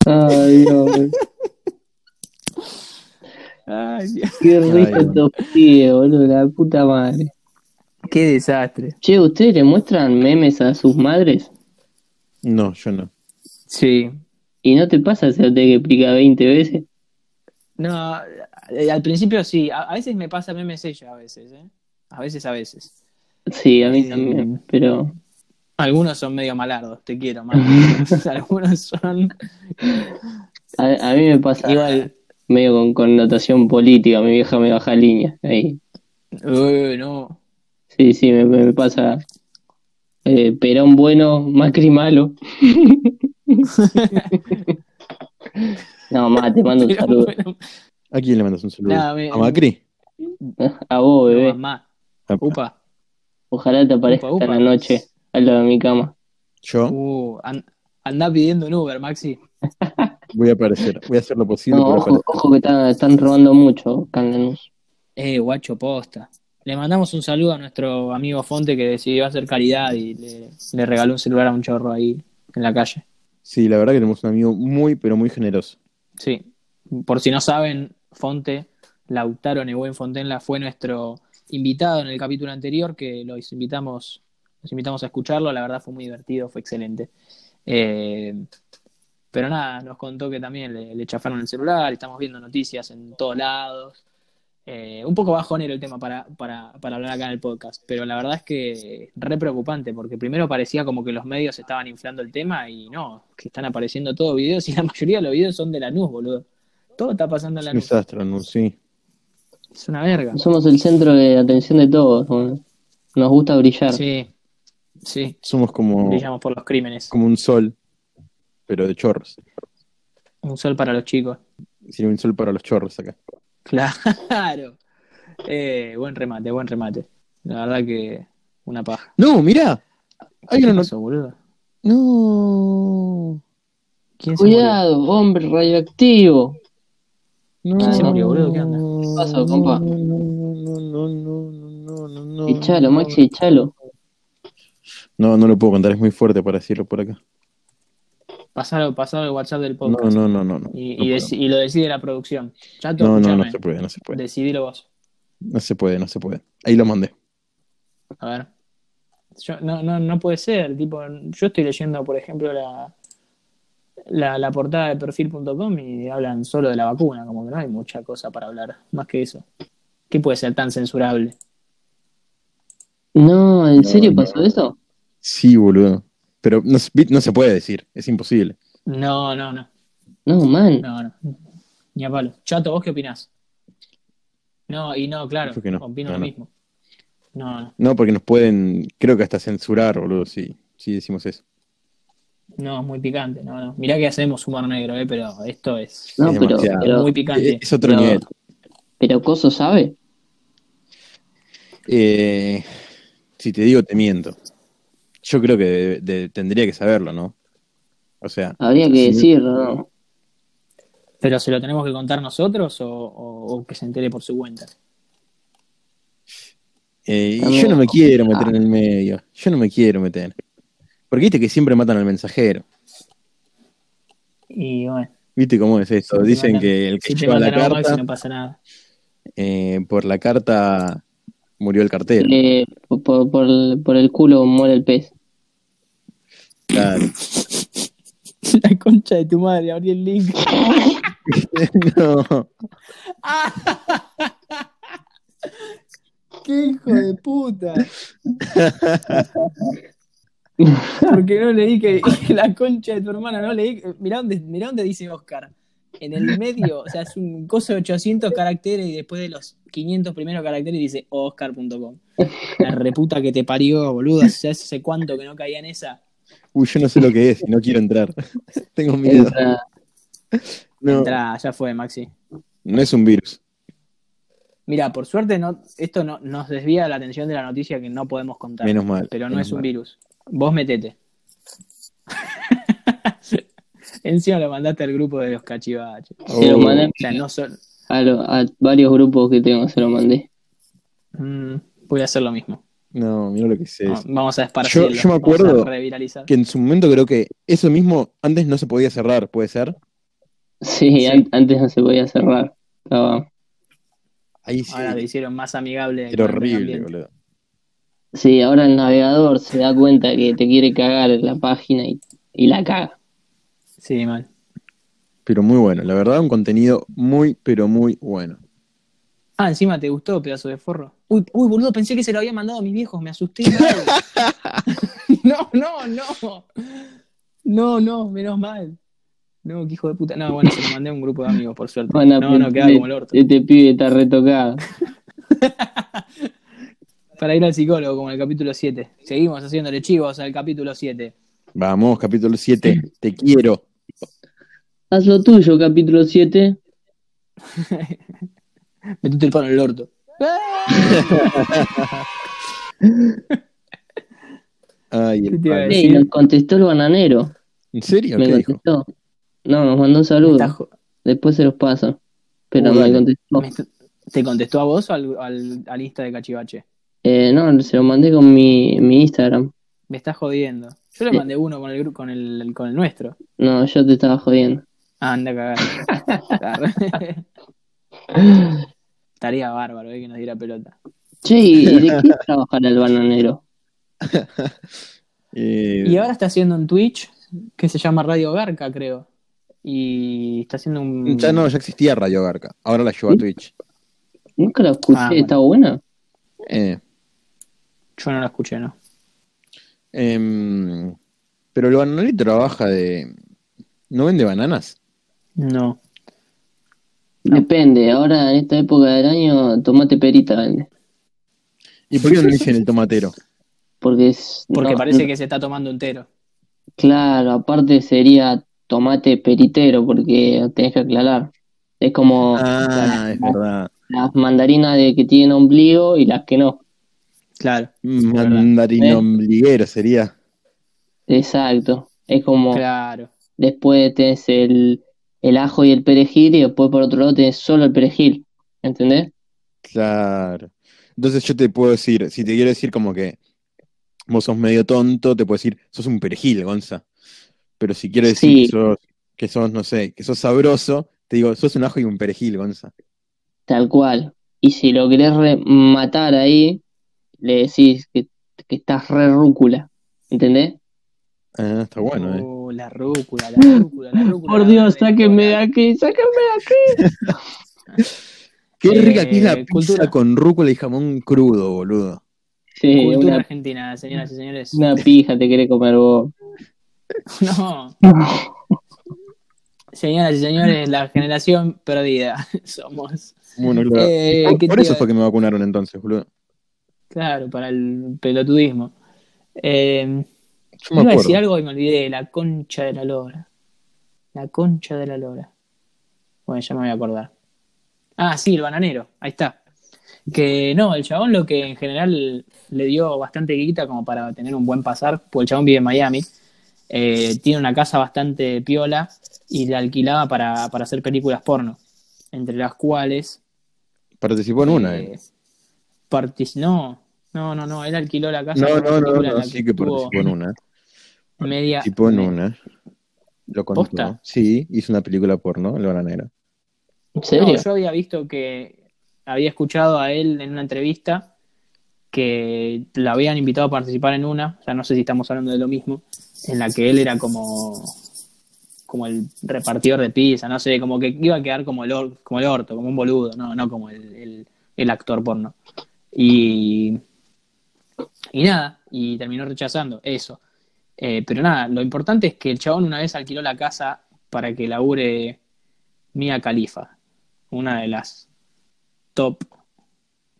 S1: Ay, Dios.
S4: <laughs> Ay, Dios.
S1: Qué rico
S3: bueno.
S1: estos pibes, boludo. La puta madre.
S4: Qué desastre.
S1: Che, ¿ustedes le muestran memes a sus madres?
S3: No, yo no.
S4: Sí.
S1: ¿Y no te pasa si te que explica 20 veces?
S4: No, eh, al principio sí. A, a veces me pasa memes ella, a veces, ¿eh? A veces, a veces.
S1: Sí, a mí
S4: Eh,
S1: también. Pero
S4: Algunos son medio malardos, te quiero, man. Algunos son.
S1: a, a mí me pasa
S4: Igual.
S1: medio con connotación política. Mi vieja me baja línea. Ahí.
S4: Uy, no.
S1: Sí, sí, me, me pasa. Eh, Perón bueno, Macri malo. <laughs> no, ma, te mando un
S4: Pero
S1: saludo.
S4: bueno,
S3: ¿A quién le mandas un saludo?
S4: Nada, me-
S3: ¿A Macri?
S1: A vos,
S4: no,
S1: bebé.
S4: mamá.
S3: Ah,
S4: Upa.
S1: Ojalá te aparezca
S4: Upa, upa.
S1: en la noche al lado de mi cama.
S3: Yo
S4: Uh, an- andá pidiendo un Uber, Maxi.
S3: voy a aparecer. Voy a hacer lo posible
S1: No,
S3: por
S1: ojo,
S3: aparecer.
S1: ojo que están, están robando mucho, Candanus.
S4: Eh, guacho posta. Le mandamos un saludo a nuestro amigo Fonte que decidió hacer caridad y le, le regaló un celular a un chorro ahí en la calle.
S3: Sí, la verdad que tenemos un amigo muy, pero muy generoso.
S4: Sí. Por si no saben, Fonte, Lautaro Nebuen Fontenla fue nuestro invitado en el capítulo anterior que los invitamos, los invitamos a escucharlo. La verdad fue muy divertido, fue excelente. Eh, pero nada, nos contó que también le, le chafaron el celular, estamos viendo noticias en todos lados. Eh, un poco bajonero el tema para, para, para hablar acá en el podcast, pero la verdad es que re preocupante, porque primero parecía como que los medios estaban inflando el tema y no, que están apareciendo todos videos y la mayoría de los videos son de la nube, boludo. Todo está pasando en
S3: Es
S4: la
S3: un
S4: nube.
S3: desastre, ¿no? Sí.
S4: Es una verga.
S1: Somos el centro de atención de todos. ¿no? Nos gusta brillar.
S4: Sí, sí,
S3: Somos como,
S4: brillamos por los crímenes.
S3: como un sol, pero de chorros.
S4: Un sol para los chicos. <laughs>
S3: Sirve un sol para los chorros acá.
S4: Claro. Eh, buen remate, buen remate. La verdad que una paja.
S3: No, mirá. Hay
S4: ¿Qué
S3: una
S4: pasó, boludo?
S3: No.
S4: ¿Quién se murió?
S1: Cuidado, hombre radioactivo.
S3: No,
S1: Ah, se
S4: murió, boludo, ¿qué onda?
S3: ¿Qué
S1: pasó, compa?
S3: No, no, no, no, no, no, no.
S1: Echalo, Maxi, echalo.
S3: No, no lo puedo contar, es muy fuerte para decirlo por acá.
S4: Pasalo, pasalo el WhatsApp del
S3: No,
S4: podcast.
S3: no, no, no. No,
S4: Y,
S3: No
S4: y
S3: puedo.
S4: deci- y lo decide la producción. Chato,
S3: no, no,
S4: escúchame.
S3: no se puede, no se puede.
S4: Decidilo vos.
S3: No se puede, no se puede. Ahí lo mandé.
S4: A ver. Yo- no, no, no puede ser. Tipo, yo estoy leyendo, por ejemplo, la, la, la portada de perfil.com y hablan solo de la vacuna, como que no hay mucha cosa para hablar, más que eso. ¿Qué puede ser tan censurable?
S1: No, ¿en
S3: No,
S1: serio
S3: no.
S1: pasó eso?
S3: Sí, boludo. Pero no, se- no se puede decir, es imposible.
S4: No, no, no,
S1: No, man.
S4: no, no. Ni a palo. Chato, ¿vos qué opinás? No, y no, claro,
S3: Creo que no.
S4: opino
S3: No,
S4: lo
S3: no.
S4: mismo. No, no,
S3: No, porque nos pueden, creo que hasta censurar, boludo, si, si decimos eso.
S4: no, es muy picante, no, no. Mirá que hacemos humor negro, eh, pero esto es
S1: No,
S3: Es
S1: pero,
S3: demasiado.
S1: pero,
S4: muy picante.
S3: Eh, Es otro
S1: No.
S3: nivel.
S1: pero Coso sabe.
S3: Eh, si te digo, te miento. Yo creo que de- de- tendría que saberlo, ¿no? O sea,
S4: Ah,
S1: Habría que
S3: Sí.
S1: decirlo, ¿no?
S4: ¿Pero se lo tenemos que contar nosotros o, o- o que se entere por su cuenta?
S3: eh,
S1: Está
S3: yo no me
S4: ah,
S1: muy
S3: quiero meter en
S1: complicado.
S3: el medio. Yo no me quiero meter. Porque viste que siempre matan al mensajero.
S4: Y bueno,
S3: ¿Viste cómo es eso?
S4: Si te
S3: Dicen
S4: mandan-
S3: que el que
S4: si te
S3: lleva la
S4: mandan a
S3: carta,
S4: un Maxi no pasa nada.
S3: eh, por la carta murió el cartero.
S1: Eh, por, por, el- por el culo muere el pez.
S3: Claro.
S4: <laughs>
S3: <laughs>
S4: La concha de tu madre, abrí el link.
S3: no.
S4: <laughs> ¡Qué hijo de
S3: <laughs>
S4: puta! Porque no leí que <laughs> la concha de tu hermana, no leí. Mirá dónde, mirá dónde dice Oscar. En el medio, o sea, es un coso de 800 caracteres y después de los 500 primeros caracteres dice Oscar.com. La reputa que te parió, boludo. O sea, hace cuánto que no caía en esa.
S3: Uy, yo no sé lo que es y no quiero entrar. <laughs> Tengo miedo.
S1: Entra-
S3: No,
S4: Entrá, ya fue, Maxi.
S3: no es un virus.
S4: Mira, por suerte no, esto no, nos desvía la atención de la noticia que no podemos contar.
S3: Menos mal.
S4: pero no
S3: menos
S4: es un
S3: mal.
S4: virus. Vos metete. <laughs> Encima lo mandaste al grupo de los cachivaches. Eh, O
S1: Se lo
S3: Oh.
S1: mandé
S4: sea, no son.
S1: a, lo- a varios grupos que tengo, se lo mandé.
S4: Mm, voy a hacer lo mismo.
S3: No, mira lo que es eso.
S4: No, Vamos a esparcirlo.
S3: Yo- yo me
S4: Vamos a
S3: acuerdo
S4: reviralizar.
S3: Que en su momento creo que eso mismo antes no se podía cerrar, ¿puede ser?
S1: Sí,
S4: Sí.
S1: an- antes no se podía cerrar. Estaba-
S3: Ahí sí.
S4: Ahora lo hicieron más amigable.
S3: Era
S4: con el
S3: horrible,
S4: ambiente.
S3: boludo.
S1: Sí, ahora el navegador se da cuenta que te quiere cagar en la página y, y la caga.
S4: Sí, mal.
S3: Pero muy bueno. La verdad, un contenido muy, pero muy bueno.
S4: Ah, encima te gustó, pedazo de forro. Uy, uy, boludo, pensé que se lo habían mandado a mis viejos, me asusté. mal. <laughs> no, no, no. No, no, menos mal. No, qué hijo de puta. No, bueno, se lo mandé a un grupo de amigos, por suerte.
S1: Van a
S4: no, no, quedaba
S1: pensar,
S4: como el orto.
S1: Este pibe está retocado.
S4: Para ir al psicólogo, como en el capítulo 7. Seguimos haciéndole chivos al capítulo 7.
S3: Vamos, capítulo 7. Te quiero.
S1: Haz lo tuyo, capítulo 7.
S4: Metiste el palo en el orto.
S3: Ay,
S4: ¿Qué
S3: el
S4: te iba a
S3: padre.
S4: decir?
S1: y nos contestó el bananero.
S3: ¿En serio?
S1: Me
S3: ¿Qué dijo?
S1: contestó. No, nos mandó un saludo.
S4: Estás jo-
S1: Después se los paso. Pero
S3: Uh,
S1: me
S3: dale.
S1: contestó.
S4: me est- ¿Te contestó a vos o al, al, al Insta de Cachivache?
S1: Eh, no, se lo mandé con mi, mi Instagram.
S4: Me estás jodiendo. Yo le
S1: Sí.
S4: mandé uno con el, gru- con el, con el nuestro.
S1: No, yo te estaba jodiendo.
S4: Ah, anda a cagar. Estaría bárbaro eh, que nos diera pelota.
S1: Che, ¿y de qué trabajará el bananero?
S3: Eh,
S4: Y ahora está haciendo un Twitch que se llama Radio Garca, creo. Y está haciendo un.
S3: Ya no, ya existía Radio Garca. Ahora la lleva a Twitch.
S1: Nunca la escuché,
S4: Ah, bueno.
S1: ¿está buena?
S3: Eh,
S4: Yo no lo escuché, ¿no?
S3: em, pero el bananero trabaja de. ¿No vende bananas?
S4: No. No.
S1: Depende, ahora en esta época del año, tomate perita vende.
S3: ¿Y por qué no le dicen el tomatero?
S1: Porque es.
S4: Porque
S1: no,
S4: parece que se está tomando entero.
S1: Claro, aparte sería tomate peritero, porque tenés que aclarar. Es como
S3: <laughs> Ah, es verdad.
S1: las mandarinas de que tienen ombligo y las que no.
S4: Claro.
S3: Mm, Mandarín
S1: ¿Eh?
S3: ombliguero sería.
S1: Exacto. Es como
S4: Claro.
S1: después tenés el, el ajo y el perejil, y después por otro lado tenés solo el perejil. ¿Entendés?
S3: Claro. Entonces yo te puedo decir, si te quiero decir como que vos sos medio tonto, te puedo decir, sos un perejil, Gonza. Pero si quiero decir
S1: Sí.
S3: que, sos, que sos, no sé, que sos sabroso, te digo, sos un ajo y un perejil, Gonza.
S1: Tal cual. Y si lo querés re- matar ahí, le decís que, que estás re rúcula. ¿Entendés?
S3: Ah, está bueno, ¿eh?
S4: Oh, la rúcula, la rúcula, la rúcula.
S1: Por Dios,
S4: La
S1: sáquenme de
S4: rúcula.
S1: aquí, sáquenme de aquí.
S3: Qué
S4: Eh,
S3: rica que es la
S4: cultura.
S3: pizza con rúcula y jamón crudo, boludo.
S1: Sí,
S4: Cultura
S1: una,
S4: Eh, argentina, señoras y señores.
S1: una pija te querés comer vos.
S4: No. Señoras y señores, la generación perdida <laughs> somos.
S3: Bueno, claro.
S4: Eh,
S3: Por-
S4: ¿qué
S3: por
S4: te
S3: eso
S4: iba-
S3: fue que me vacunaron entonces, boludo.
S4: Claro, para el pelotudismo. Eh,
S3: Yo me
S4: iba a
S3: acuerdo.
S4: decir algo y me olvidé, la concha de la lora. La concha de la lora. Bueno, ya me voy a acordar. Ah, sí, el bananero, ahí está. Que no, el chabón lo que en general le dio bastante guita como para tener un buen pasar, porque el chabón vive en Miami, eh, tiene una casa bastante piola y la alquilaba para, para hacer películas porno, entre las cuales
S3: Participó en una, ¿eh?
S4: eh, partic- no, no, no, no, él alquiló la casa.
S3: No,
S4: para
S3: no,
S4: una
S3: no,
S4: película en
S3: no,
S4: la
S3: sí que
S4: estuvo
S3: participó en una.
S4: Media,
S3: Participó en
S4: me-
S3: una. Lo contó.
S4: ¿Posta?
S3: Sí, hizo una película porno, El Bananero.
S1: ¿En
S4: No,
S1: serio?
S4: yo había visto que había escuchado a él en una entrevista que la habían invitado a participar en una, o sea, no sé si estamos hablando de lo mismo, en la que él era como como el repartidor de pizza, no sé, como que iba a quedar como el, or- como el orto, como un boludo, no, no como el, el- el actor porno. Y, y nada, y terminó rechazando eso. Eh, pero nada, lo importante es que el chabón una vez alquiló la casa para que labure Mia Khalifa, una de las top,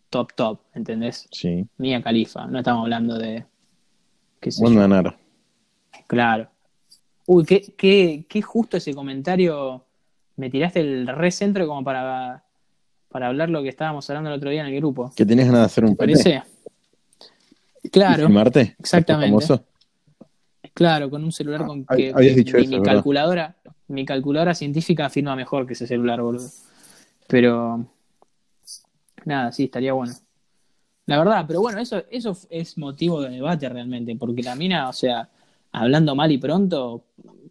S4: top, top, ¿entendés?
S3: Sí.
S4: Mia Khalifa, no estamos hablando de... qué sé yo.
S3: Bananero.
S4: Claro. Uy, qué, qué, qué justo ese comentario. Me tiraste el recentro como para, para hablar lo que estábamos hablando el otro día en el grupo.
S3: Que tenías ganas de hacer un
S4: ¿Te parece? Claro,
S3: Marte?
S4: Exactamente.
S3: Famoso.
S4: claro, con un celular con
S3: Ah,
S4: que
S3: habías dicho
S4: mi,
S3: eso,
S4: mi
S3: ¿verdad?
S4: calculadora, mi calculadora científica afirma mejor que ese celular, boludo. Pero nada, sí, estaría bueno. La verdad, pero bueno, eso, eso es motivo de debate realmente, porque la mina, o sea, hablando mal y pronto,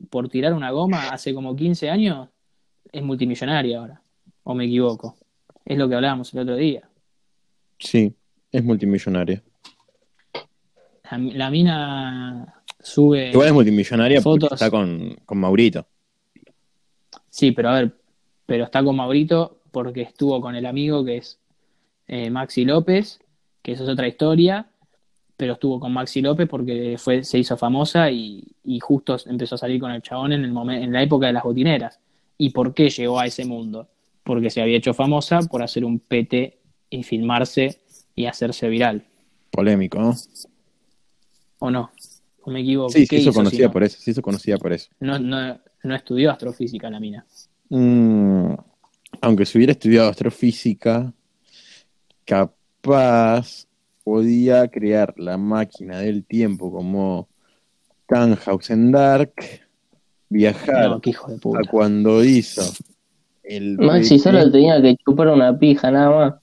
S4: por tirar una goma hace como 15 años, es multimillonaria ahora, o me equivoco. Es lo que hablábamos el otro día.
S3: Sí, es multimillonaria.
S4: La, la mina sube...
S3: Igual es multimillonaria porque
S4: Eh, fotos.
S3: está con, con Maurito.
S4: Sí, pero a ver, pero está con Maurito porque estuvo con el amigo que es eh, Maxi López, que eso es otra historia, pero estuvo con Maxi López porque fue, se hizo famosa y, y justo empezó a salir con el chabón en, el momen- en la época de las botineras. ¿Y por qué llegó a ese mundo? Porque se había hecho famosa por hacer un PT y filmarse y hacerse viral,
S3: Polémico, ¿no?
S4: ¿o no? ¿O me equivoco?
S3: Sí, se
S4: ¿Qué
S3: hizo
S4: hizo si
S3: conocida
S4: no?
S3: por eso. Se hizo conocida por eso.
S4: No- no- no estudió astrofísica la mina.
S3: Mm, aunque si hubiera estudiado astrofísica, capaz podía crear la máquina del tiempo como Tannhausen Dark, viajar
S4: No, qué hijo de
S3: a
S4: puta.
S3: cuando hizo el
S1: Maxi solo
S3: PT.
S1: tenía que chupar una pija nada más.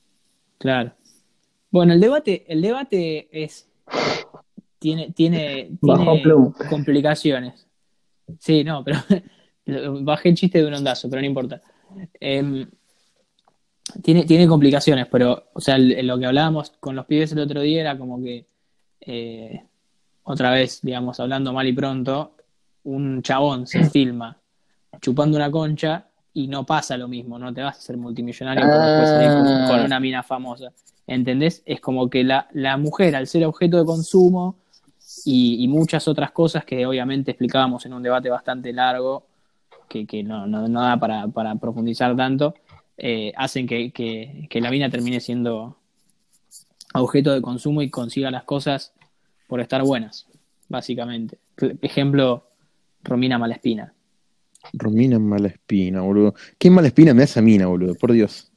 S4: Claro. Bueno, el debate, el debate es tiene, tiene,
S1: Bajo
S4: tiene
S1: plomo.
S4: complicaciones. Sí, no, pero <laughs> lo- bajé el chiste de un ondazo, pero no importa. Em, tiene, tiene complicaciones, pero, o sea, el- lo que hablábamos con los pibes el otro día era como que eh, otra vez, digamos, hablando mal y pronto, un chabón se filma chupando una concha y no pasa lo mismo, no te vas a ser multimillonario por después salir con,
S1: Ah.
S4: con una mina famosa. ¿Entendés? Es como que la, la mujer, al ser objeto de consumo y, y muchas otras cosas que obviamente explicábamos en un debate bastante largo, que, que no, no, no da para, para profundizar tanto, eh, hacen que, que- que la mina termine siendo objeto de consumo y consiga las cosas por estar buenas, básicamente. Por Ejemplo, Romina Malespina.
S3: Romina Malaspina, boludo. ¿Qué Malaspina me hace a mina, boludo? Por Dios.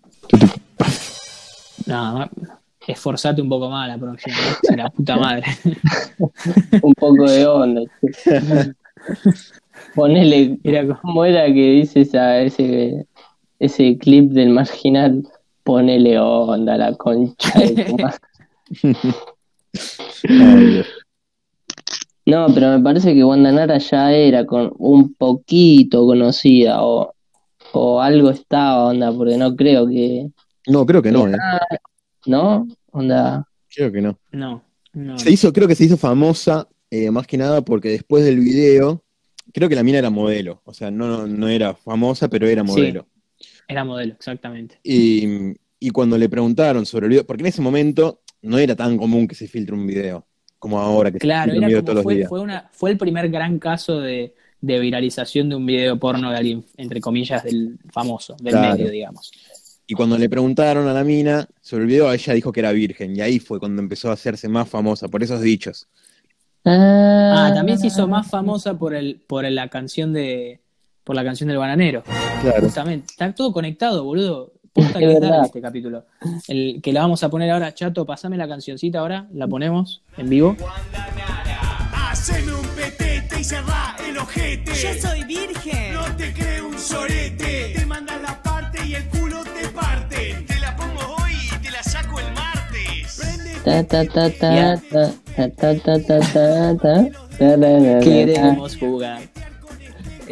S4: No, esforzate un poco más la próxima, ¿no? Si la puta madre. <laughs>
S1: Un poco de onda. che. Ponele
S4: Era como-
S1: ¿Cómo era que dices a ese, ese clip del marginal? Ponele onda a la concha de tu madre.
S3: Ay, Dios.
S1: No, pero me parece que Wanda Nara ya era con un poquito conocida o, o algo estaba onda, porque no creo que,
S3: No, creo que no, eh.
S1: ¿No? Onda.
S3: Creo que no.
S4: No, no.
S3: Se hizo, creo que se hizo famosa, eh, más que nada porque después del video, creo que la mina era modelo, o sea, no, no, no era famosa, pero era modelo.
S4: Era modelo, exactamente.
S3: Y, y cuando le preguntaron sobre el video, porque en ese momento no era tan común que se filtre un video, como ahora que
S4: Claro,
S3: se filtra un
S4: era
S3: video
S4: como
S3: todos los
S4: fue,
S3: días.
S4: fue, una, fue el primer gran caso de, de viralización de un video porno de alguien, entre comillas, del famoso, del
S3: Claro.
S4: medio, digamos.
S3: Y cuando le preguntaron a la mina sobre el video, ella dijo que era virgen, y ahí fue cuando empezó a hacerse más famosa por esos dichos.
S1: Ah,
S4: Ah, también se hizo más famosa por el, por la canción de, por la canción del bananero.
S3: Claro.
S4: Justamente, está todo
S1: <laughs>
S4: conectado, boludo. Posta que
S1: Es
S4: es
S1: verdad.
S4: tarde este capítulo. El que la vamos a poner ahora, chato, pasame la cancioncita ahora, la ponemos en vivo.
S2: Haceme un petete y se va el ojete.
S5: Yo soy virgen.
S2: No te creo un sorete. Te mandan la parte y el culo te parte. Te la pongo hoy y te la saco el martes.
S1: Ta, ta, ta, ta,
S4: Ya.
S1: ta, ta, ta, ta, ta, ta, ta, ta, la, la, la,
S4: Queremos jugar.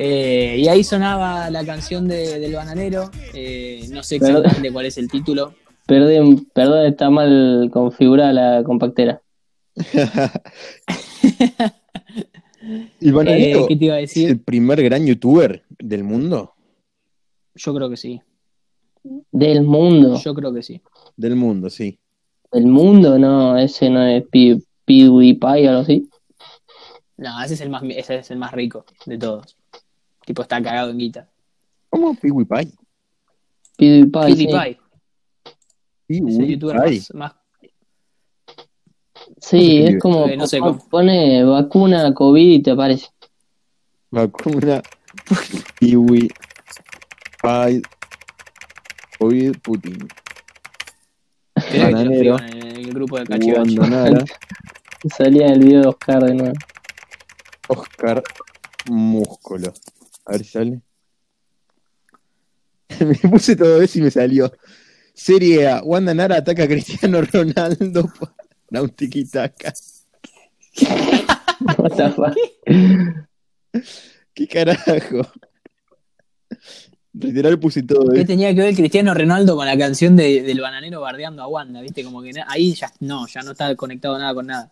S4: Eh, y ahí sonaba la canción de- del bananero. eh, no sé
S1: Pero-
S4: exactamente cuál es el título.
S1: Perdón, perdón, está mal configurada la compactera.
S3: El
S4: Eh,
S3: bananero
S4: ¿Qué te iba a
S3: es
S4: decir?
S3: el primer gran youtuber del mundo.
S4: Yo creo que sí.
S1: Del mundo.
S4: Yo creo que sí.
S3: Del mundo, sí.
S1: Del mundo, no, ese no es Pi- PewDiePie o algo así.
S4: No, ese es el más, ese es el más rico de todos. Tipo, está cagado en guita.
S3: ¿Cómo PewDiePie?
S1: PewDiePie. sí.
S4: PewDiePie, es el youtuber
S3: PewDiePie.
S4: más, más-
S1: Sí, es como
S4: Eh, no sé cómo.
S1: pone vacuna COVID y te aparece. <laughs>
S3: Vacuna. Piwi. Pai. COVID. Putin.
S4: creo que te lo
S3: Bananero.
S4: escriban en el grupo de Cachivache.
S3: Guandanara.
S1: Salía en el video de Oscar de nuevo. <laughs>
S3: Oscar Músculo. A ver si sale. <laughs> me puse todo eso y me salió. Serie A. Wanda Nara ataca a Cristiano Ronaldo. <laughs> por- Da un tiquitaca.
S1: What
S4: <laughs>
S1: the fuck?
S3: ¿Qué carajo? Literal puse todo
S4: ¿Qué
S3: eso.
S4: tenía que ver Cristiano Ronaldo con la canción de- del bananero bardeando a Wanda? ¿Viste? Como que na- ahí ya no, ya no está conectado nada con nada.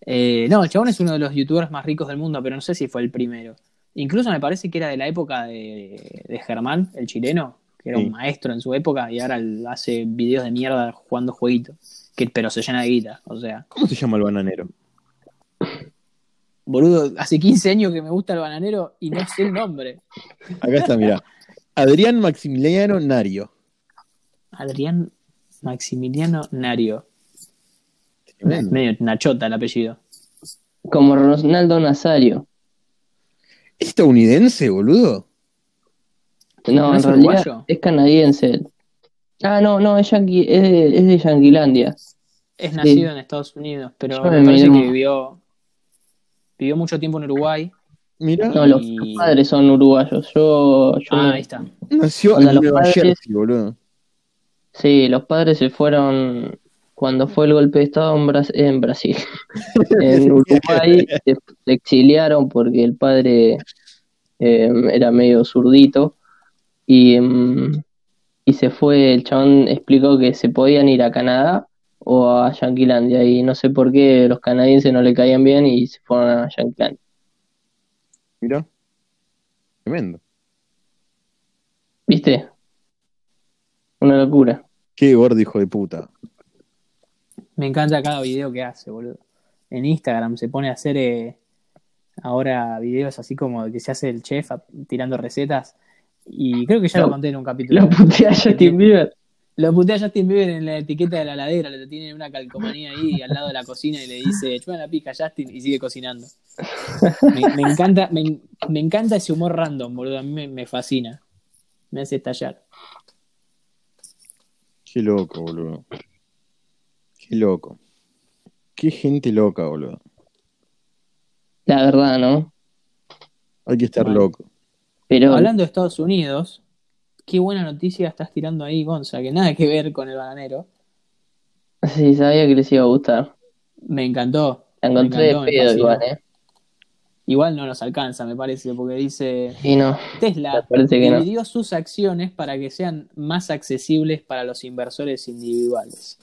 S4: Eh, no, el chabón es uno de los youtubers más ricos del mundo, pero no sé si fue el primero. Incluso me parece que era de la época de, de Germán, el chileno, que era
S3: Sí.
S4: un maestro en su época y ahora el- hace videos de mierda jugando jueguitos, que, pero se llena de guita. O sea,
S3: ¿Cómo se llama el bananero?
S4: boludo, hace 15 años que me gusta el bananero y no sé el nombre.
S3: Acá está, mirá. Adrián Maximiliano Nario.
S4: Adrián Maximiliano Nario.
S3: Tremendo.
S4: Medio Nachota el apellido.
S1: Como Ronaldo Nazario.
S3: ¿Es estadounidense, boludo?
S1: No,
S4: ¿No
S1: en
S4: es
S1: realidad
S4: uruguayo?
S1: es canadiense él. Ah, no, no, es, yanqui- es, de, es de Yanquilandia.
S4: Es nacido en Estados Unidos, pero
S1: Yo
S4: me
S1: me
S4: parece
S1: miré
S4: que
S1: un-
S4: vivió, vivió mucho tiempo en Uruguay.
S3: Mirá,
S1: No, los
S4: Y-
S1: los padres son uruguayos. Yo, yo
S4: Ah,
S1: no-
S4: ahí está.
S3: nació
S1: Onda,
S3: en
S1: los
S3: Nueva
S1: padres-
S3: Jersey, boludo.
S1: Sí, los padres se fueron cuando fue el golpe de Estado en, Bras- en Brasil. en Uruguay se, se exiliaron porque el padre eh, era medio zurdito y, mm, y se fue, el chabón explicó que se podían ir a Canadá o a Yanquilandia y no sé por qué los canadienses no le caían bien y se fueron a Yanquilandia.
S3: Mirá. Tremendo.
S1: ¿Viste? Una locura.
S3: Qué gordo hijo de puta.
S4: Me encanta cada video que hace, boludo. En Instagram se pone a hacer eh, ahora videos así como que se hace el chef a- tirando recetas. Y creo que ya
S1: Lo-
S4: lo conté en un capítulo.
S1: Lo putea Justin Bieber.
S4: Lo putea Justin Bieber en la etiqueta de la ladera, lo tiene en una calcomanía ahí al lado de la cocina y le dice, chupa la pica Justin y sigue cocinando. Me, me encanta, me, en- me encanta ese humor random, boludo, a mí me, me fascina. Me hace estallar.
S3: Qué loco, boludo. Qué loco. Qué gente loca, boludo.
S1: La verdad, ¿no?
S3: Hay que estar
S4: Bueno.
S3: loco.
S1: Pero
S4: Hablando de Estados Unidos, qué buena noticia estás tirando ahí, Gonza, que nada que ver con el bananero.
S1: sí, sabía que les iba a gustar.
S4: Me encantó.
S1: La
S4: me
S1: encontré
S4: encantó,
S1: de
S4: me
S1: pedo
S4: fascinó.
S1: igual, ¿eh?
S4: Igual no nos alcanza, me parece, porque dice
S1: Y no,
S4: Tesla
S1: Parece que no.
S4: dividió sus acciones para que sean más accesibles para los inversores individuales.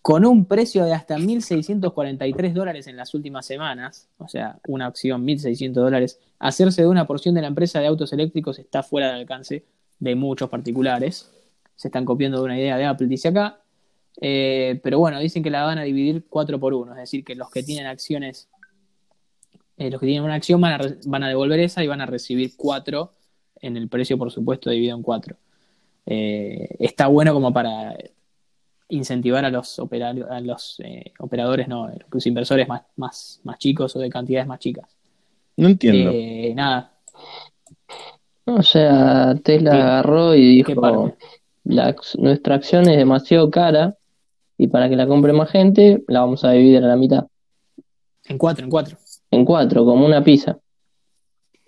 S4: Con un precio de hasta 1.643 dólares en las últimas semanas, o sea, una acción 1.600 dólares, hacerse de una porción de la empresa de autos eléctricos está fuera del alcance de muchos particulares. Se están copiando de una idea de Apple, dice acá. Eh, pero bueno, dicen que la van a dividir 4 por 1, es decir, que los que tienen acciones eh, los que tienen una acción van a, re- van a devolver esa y van a recibir cuatro en el precio, por supuesto, dividido en cuatro. Eh, está bueno como para incentivar a los operarios, a los eh, operadores, no, a los inversores más, más, más chicos o de cantidades más chicas.
S3: No entiendo.
S4: Eh, nada,
S1: o sea, Tesla
S4: Bien.
S1: agarró y
S4: ¿qué parte?
S1: dijo, la, ac- nuestra acción es demasiado cara y para que la compre más gente, la vamos a dividir a la mitad,
S4: En cuatro, en cuatro.
S1: en cuatro, como una
S4: <laughs>
S1: pizza.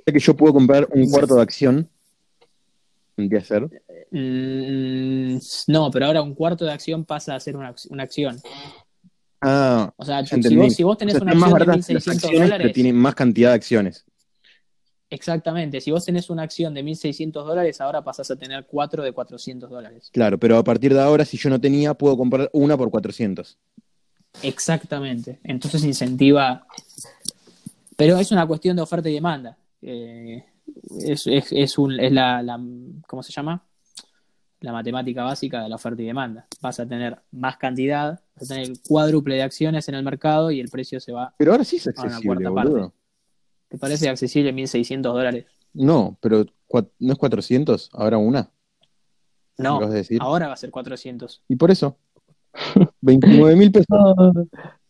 S3: que yo puedo comprar un cuarto de acción. De hacer.
S4: Mm, no, pero ahora un cuarto de acción pasa a ser una, ac- una acción.
S3: Ah,
S4: O sea,
S3: ya
S4: si
S3: entendí.
S4: vos, si vos tenés
S3: o sea,
S4: una
S3: están más
S4: acción de
S3: baratas las
S4: 1.600
S3: acciones, pero
S4: dólares,
S3: tienen más cantidad de acciones.
S4: Exactamente, si vos tenés una acción de 1.600 dólares, ahora pasás a tener cuatro de 400 dólares.
S3: Claro, pero a partir de ahora, si yo no tenía, puedo comprar una por 400.
S4: Exactamente, entonces incentiva... Pero es una cuestión de oferta y demanda. Eh, es es, es, un, es la, la- ¿Cómo se llama? La matemática básica de la oferta y demanda. Vas a tener más cantidad, vas a tener el cuádruple de acciones en el mercado y el precio se va...
S3: Pero ahora sí es
S4: Ah, una
S3: accesible,
S4: cuarta parte.
S3: boludo.
S4: ¿Te parece accesible 1.600 dólares?
S3: No, pero cua- ¿no es 400? Ahora una.
S4: No,
S3: ¿Me vas a decir?
S4: ahora va a ser 400.
S3: Y por eso. <laughs> 29 mil pesos.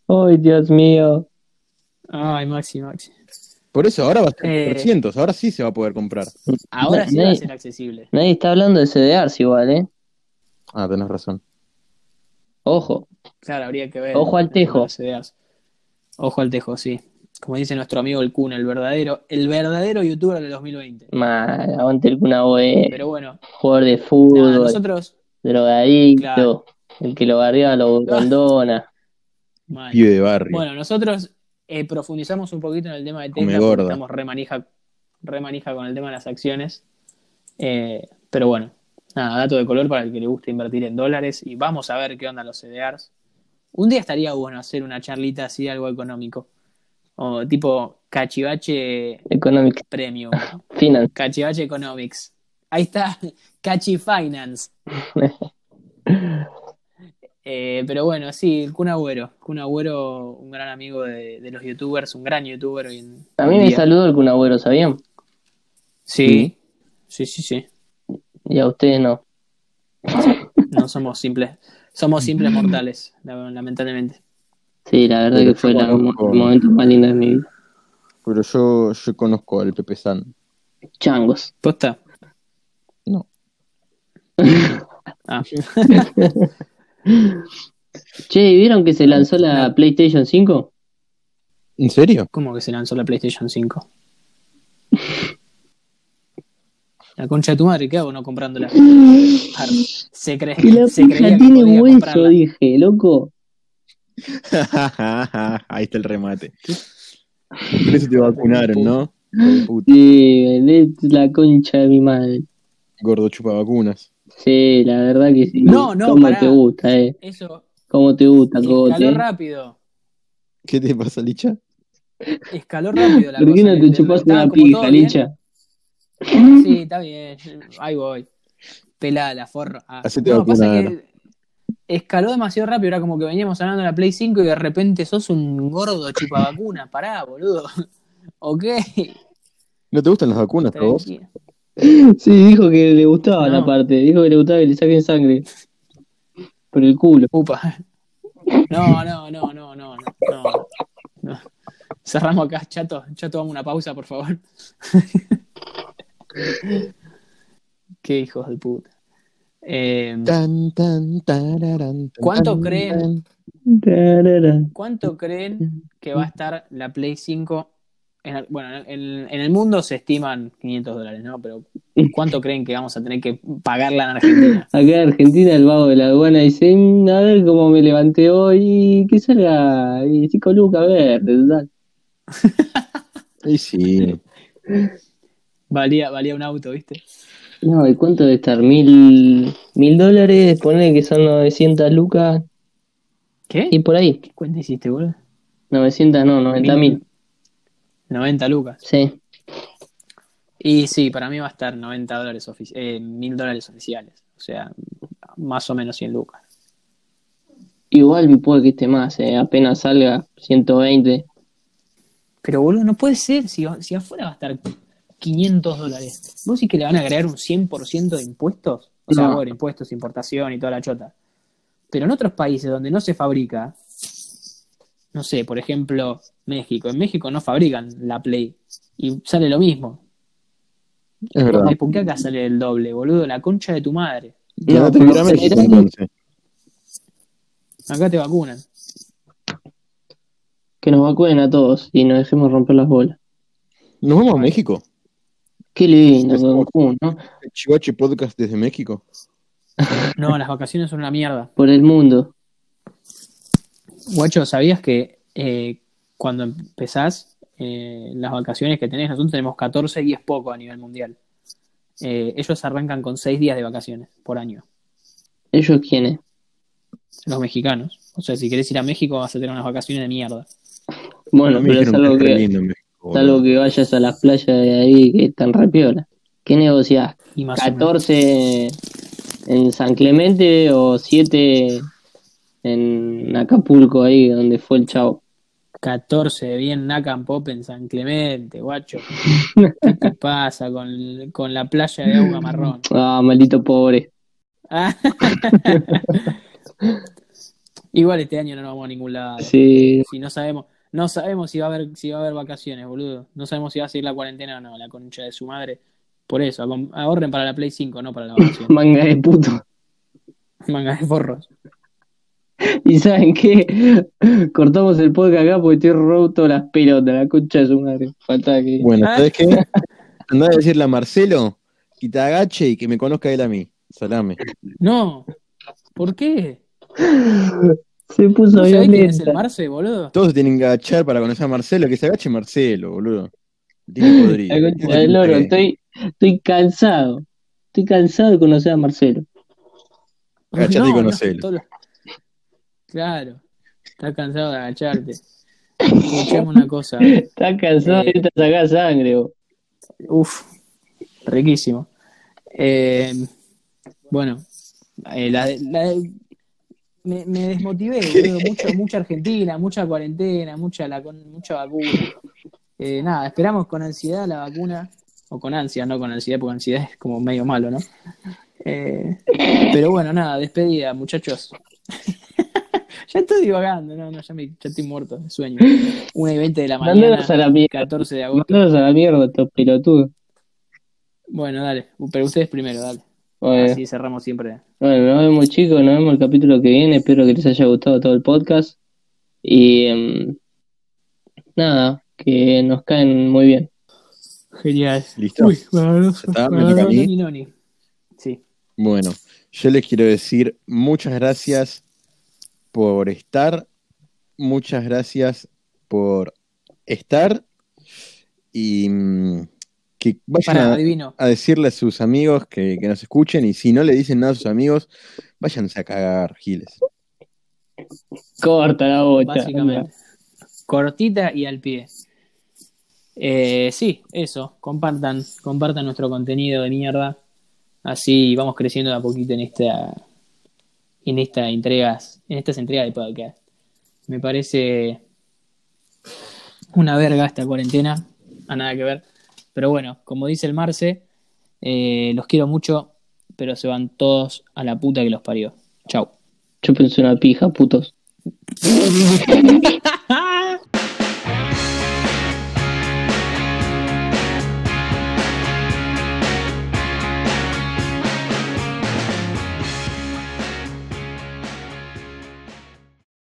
S1: Oh, ay, Dios mío.
S4: Ay, Maxi, Maxi.
S3: Por eso, ahora va a ser
S4: Eh.
S3: 400. Ahora sí se va a poder comprar.
S4: Ahora
S1: Na-
S4: sí va a
S1: nadie-
S4: ser accesible.
S1: Nadie está hablando de CDRs igual, ¿eh?
S3: Ah, tenés razón.
S1: Ojo.
S4: Claro, habría que ver.
S1: Ojo al tejo.
S4: Las ideas. Ojo al tejo, sí. Como dice nuestro amigo el Kun, el verdadero, el verdadero youtuber del 2020.
S1: Mal, aguante el Kun Agüero,
S4: Pero bueno,
S1: jugador de
S4: nada,
S1: fútbol,
S4: nosotros.
S1: drogadicto,
S4: Claro.
S1: el que lo barriaba
S4: <laughs>
S1: lo abandona.
S4: mal.
S3: Pío de barrio.
S4: Bueno, nosotros eh, profundizamos un poquito en el tema de
S3: Come
S4: Tesla, porque
S3: gorda.
S4: estamos remanija, remanija con el tema de las acciones. Eh, pero bueno, nada, dato de color para el que le guste invertir en dólares. Y vamos a ver qué onda los CDRs. Un día estaría bueno hacer una charlita así, algo económico. O tipo cachivache
S1: Economic
S4: premium. ¿no?
S1: Finance.
S4: Cachivache Economics. Ahí está, <laughs>
S1: <laughs>
S4: Cachi Finance. Eh, pero bueno, sí, el Kun Agüero. Kun Agüero, un gran amigo de, de los youtubers, un gran youtuber. hoy en-
S1: A mí
S4: hoy
S1: me Mm.
S4: día.
S1: saludó el Kun Agüero, ¿sabían?
S4: Sí, sí, sí, sí.
S1: Y a ustedes no.
S4: No somos simples, somos simples mortales, la- lamentablemente.
S1: Sí, la verdad
S3: Pero
S1: que fue
S3: yo
S1: la-
S3: conozco-
S1: el momento más lindo de mi vida.
S3: Pero yo, yo conozco al Pepe San.
S1: Changos.
S4: ¿Posta?
S3: No.
S4: Ah,
S1: Che, ¿vieron que se lanzó la PlayStation 5?
S3: ¿En
S4: <laughs>
S3: serio?
S4: ¿cómo que se lanzó la PlayStation 5? La concha de tu madre, ¿qué hago no comprándola? Se, cree,
S1: Que la
S4: se creía
S1: pija
S4: que
S1: tiene
S4: podía
S1: hueso,
S4: comprarla.
S1: dije, loco.
S3: Ahí está el remate. Por eso te vacunaron, ¿no? Puta,
S1: Sí, es la concha de mi madre.
S3: Gordo chupa vacunas.
S1: Sí, la verdad que sí.
S4: No, no,
S1: ¿Cómo
S4: pará.
S1: te gusta, eh?
S4: Eso
S1: ¿Cómo te gusta, Cogote?
S4: escaló
S1: eh?
S4: rápido.
S3: ¿Qué te pasa, Licha?
S4: Escaló rápido la
S1: ¿Por qué
S4: cosa,
S1: no
S4: ¿entendés?
S1: te chupaste
S4: Estaba
S1: una
S4: como
S1: pija,
S4: todo bien.
S1: Licha?
S4: Sí, está bien. Ahí voy. Pelada la forra. Ah.
S3: Hacete
S4: No, pasa
S3: vacunar.
S4: que escaló demasiado rápido. Era como que veníamos hablando de la Play 5 y de repente sos un gordo chupavacuna. Pará, boludo. <laughs> Ok.
S3: ¿No te gustan las vacunas, a vos?
S4: tranquilo.
S1: Sí, dijo que le gustaba
S4: No.
S1: la parte. Dijo que le gustaba que le saquen sangre. Por el culo.
S4: Upa. No, no, no, no, no, no, no. No. Cerramos acá, chato. Chato, dame una pausa, por favor. <laughs> Qué hijos de puta. Eh,
S3: Tan, tan, tararán, tan,
S4: ¿Cuánto
S3: tan,
S4: creen?
S3: tan.
S1: Tarara.
S4: ¿Cuánto creen que va a estar la Play 5? En el- bueno, en, el- en el mundo se estiman 500 dólares, ¿no? Pero ¿cuánto creen que vamos a tener que pagarla en Argentina?
S1: Acá en Argentina el vago de la aduana dice, "Mm, a ver cómo me levanté hoy, que salga 5 lucas verdes, total".
S3: Y sí.
S4: Valía, valía un auto, ¿viste?
S1: No, ¿y cuánto debe estar? Mil, mil dólares, ponle que son 900 lucas
S4: ¿Qué?
S1: y por ahí.
S4: ¿Qué cuenta hiciste, boludo?
S1: 900, no, 90 mil.
S4: 90 lucas.
S1: Sí.
S4: Y sí, para mí va a estar 90 dólares ofici- eh, 1000 dólares oficiales. O sea, más o menos 100 lucas.
S1: Igual puede que esté más, eh, apenas salga 120.
S4: Pero boludo, no puede ser. Si, si afuera va a estar 500 dólares. ¿Vos sí que le van a agregar un 100% de impuestos? O sea,
S1: No.
S4: bueno, impuestos, importación y toda la chota. Pero en otros países donde no se fabrica, no sé, por ejemplo, México. En México no fabrican la Play. Y sale lo mismo.
S3: Es verdad.
S4: ¿Por qué acá sale el doble, boludo? La concha de tu madre.
S1: No,
S3: Quédate
S1: pero
S3: en México,
S1: será-
S3: entonces.
S4: Acá te vacunan.
S1: Que nos vacuen a todos y nos dejemos romper las bolas.
S3: ¿Nos vamos a México?
S1: Qué lindo,
S3: Estamos-
S1: Cancún, ¿no?
S3: Chivache Podcast desde México.
S4: No, las vacaciones son una mierda.
S1: Por el mundo.
S4: Guacho, ¿sabías que eh, cuando empezás eh, las vacaciones que tenés, nosotros tenemos 14 y es poco a nivel mundial? Eh, ellos arrancan con 6 días de vacaciones por año,
S1: ¿Ellos quiénes?
S4: los mexicanos. O sea, si querés ir a México vas a tener unas vacaciones de mierda.
S1: Bueno,
S3: A mí me
S1: pero es
S3: dijeron
S1: algo
S3: que es re
S1: que,
S3: lindo en México,
S1: es
S3: boludo.
S1: algo que vayas a las playas de ahí que están re piola. ¿Qué negociás?
S4: Y más o menos.
S1: ¿14 en San Clemente o 7 en Acapulco, ahí donde fue el chavo?
S4: 14, bien Nacan Pop en San Clemente, guacho. ¿Qué te pasa con, con la playa de agua marrón? <laughs>
S1: Ah, maldito pobre.
S4: Ah. Igual este año no nos vamos a ningún lado.
S1: Sí,
S4: Si no sabemos, no sabemos si va a haber, si va a haber vacaciones, boludo. No sabemos si va a seguir la cuarentena o no, la concha de su madre. Por eso, acom- ahorren para la Play 5, no para la
S1: <laughs>
S4: vacación.
S1: manga de puto.
S4: Manga de forros.
S1: ¿Y saben qué? Cortamos el podcast acá porque estoy roto las pelotas, la concha de su madre. Falta que.
S3: Bueno,
S1: <laughs>
S4: Ah.
S3: ¿sabes qué? Andá a decirle a Marcelo que te agache y que me conozca él a mí. Salame.
S4: No. ¿Por qué?
S1: Se puso
S4: ¿No sabés quién es
S1: violenta.
S4: el Marce, boludo?
S3: Todos tienen que agachar para conocer a Marcelo. Que se agache Marcelo, boludo.
S1: <laughs>
S3: Tiene podrido.
S1: La concha del loro, estoy, estoy cansado. Estoy cansado de conocer a Marcelo.
S3: Agachate
S4: No,
S3: y
S4: no,
S3: conocelo.
S4: todo lo- Claro. Estás cansado de agacharte. Escuchame una cosa. eh.
S1: Está cansado de irte a sacar sangre. vos.
S4: Uf, riquísimo. Eh, bueno, eh, la, la- me, me desmotivé, boludo. Mucho- mucha Argentina, mucha cuarentena, mucha, la, con- mucha vacuna. Eh, nada, esperamos con ansiedad la vacuna, o con ansia, no con ansiedad, porque ansiedad es como medio malo, ¿no? Eh, pero bueno, nada, despedida, muchachos. <laughs> ya estoy divagando, no, no, ya, me- ya estoy muerto de sueño. Una y 20 de la mañana,
S1: Mándanos a la mierda.
S4: 14 de agosto.
S1: Mándanos a la mierda, estos pelotudos.
S4: Bueno, dale, pero ustedes primero, dale.
S3: Eh.
S1: Bueno,
S4: Así cerramos siempre.
S1: bueno, nos vemos chicos, nos vemos el capítulo que viene. Espero que les haya gustado todo el podcast. Y em, nada, que nos caen muy bien.
S4: Genial.
S3: Listo. está, me toca a mí.
S4: Sí.
S3: Bueno, yo les quiero decir muchas gracias por estar, muchas gracias por estar y mm, que vayan
S4: Para,
S3: a,
S4: adivino.
S3: a decirle a sus amigos que, que nos escuchen y si no le dicen nada a sus amigos, váyanse a cagar, Giles.
S1: Corta la bocha.
S4: Básicamente. Cortita y al pie. Eh, sí, eso. Compartan, compartan nuestro contenido de mierda. Así vamos creciendo de a poquito en esta. En estas entregas. En estas entregas de podcast. Me parece. Una verga esta cuarentena. A nada que ver. Pero bueno, como dice el Marce, eh, los quiero mucho, pero se van todos a la puta que los parió. Chau.
S1: Yo pensé una pija, putos.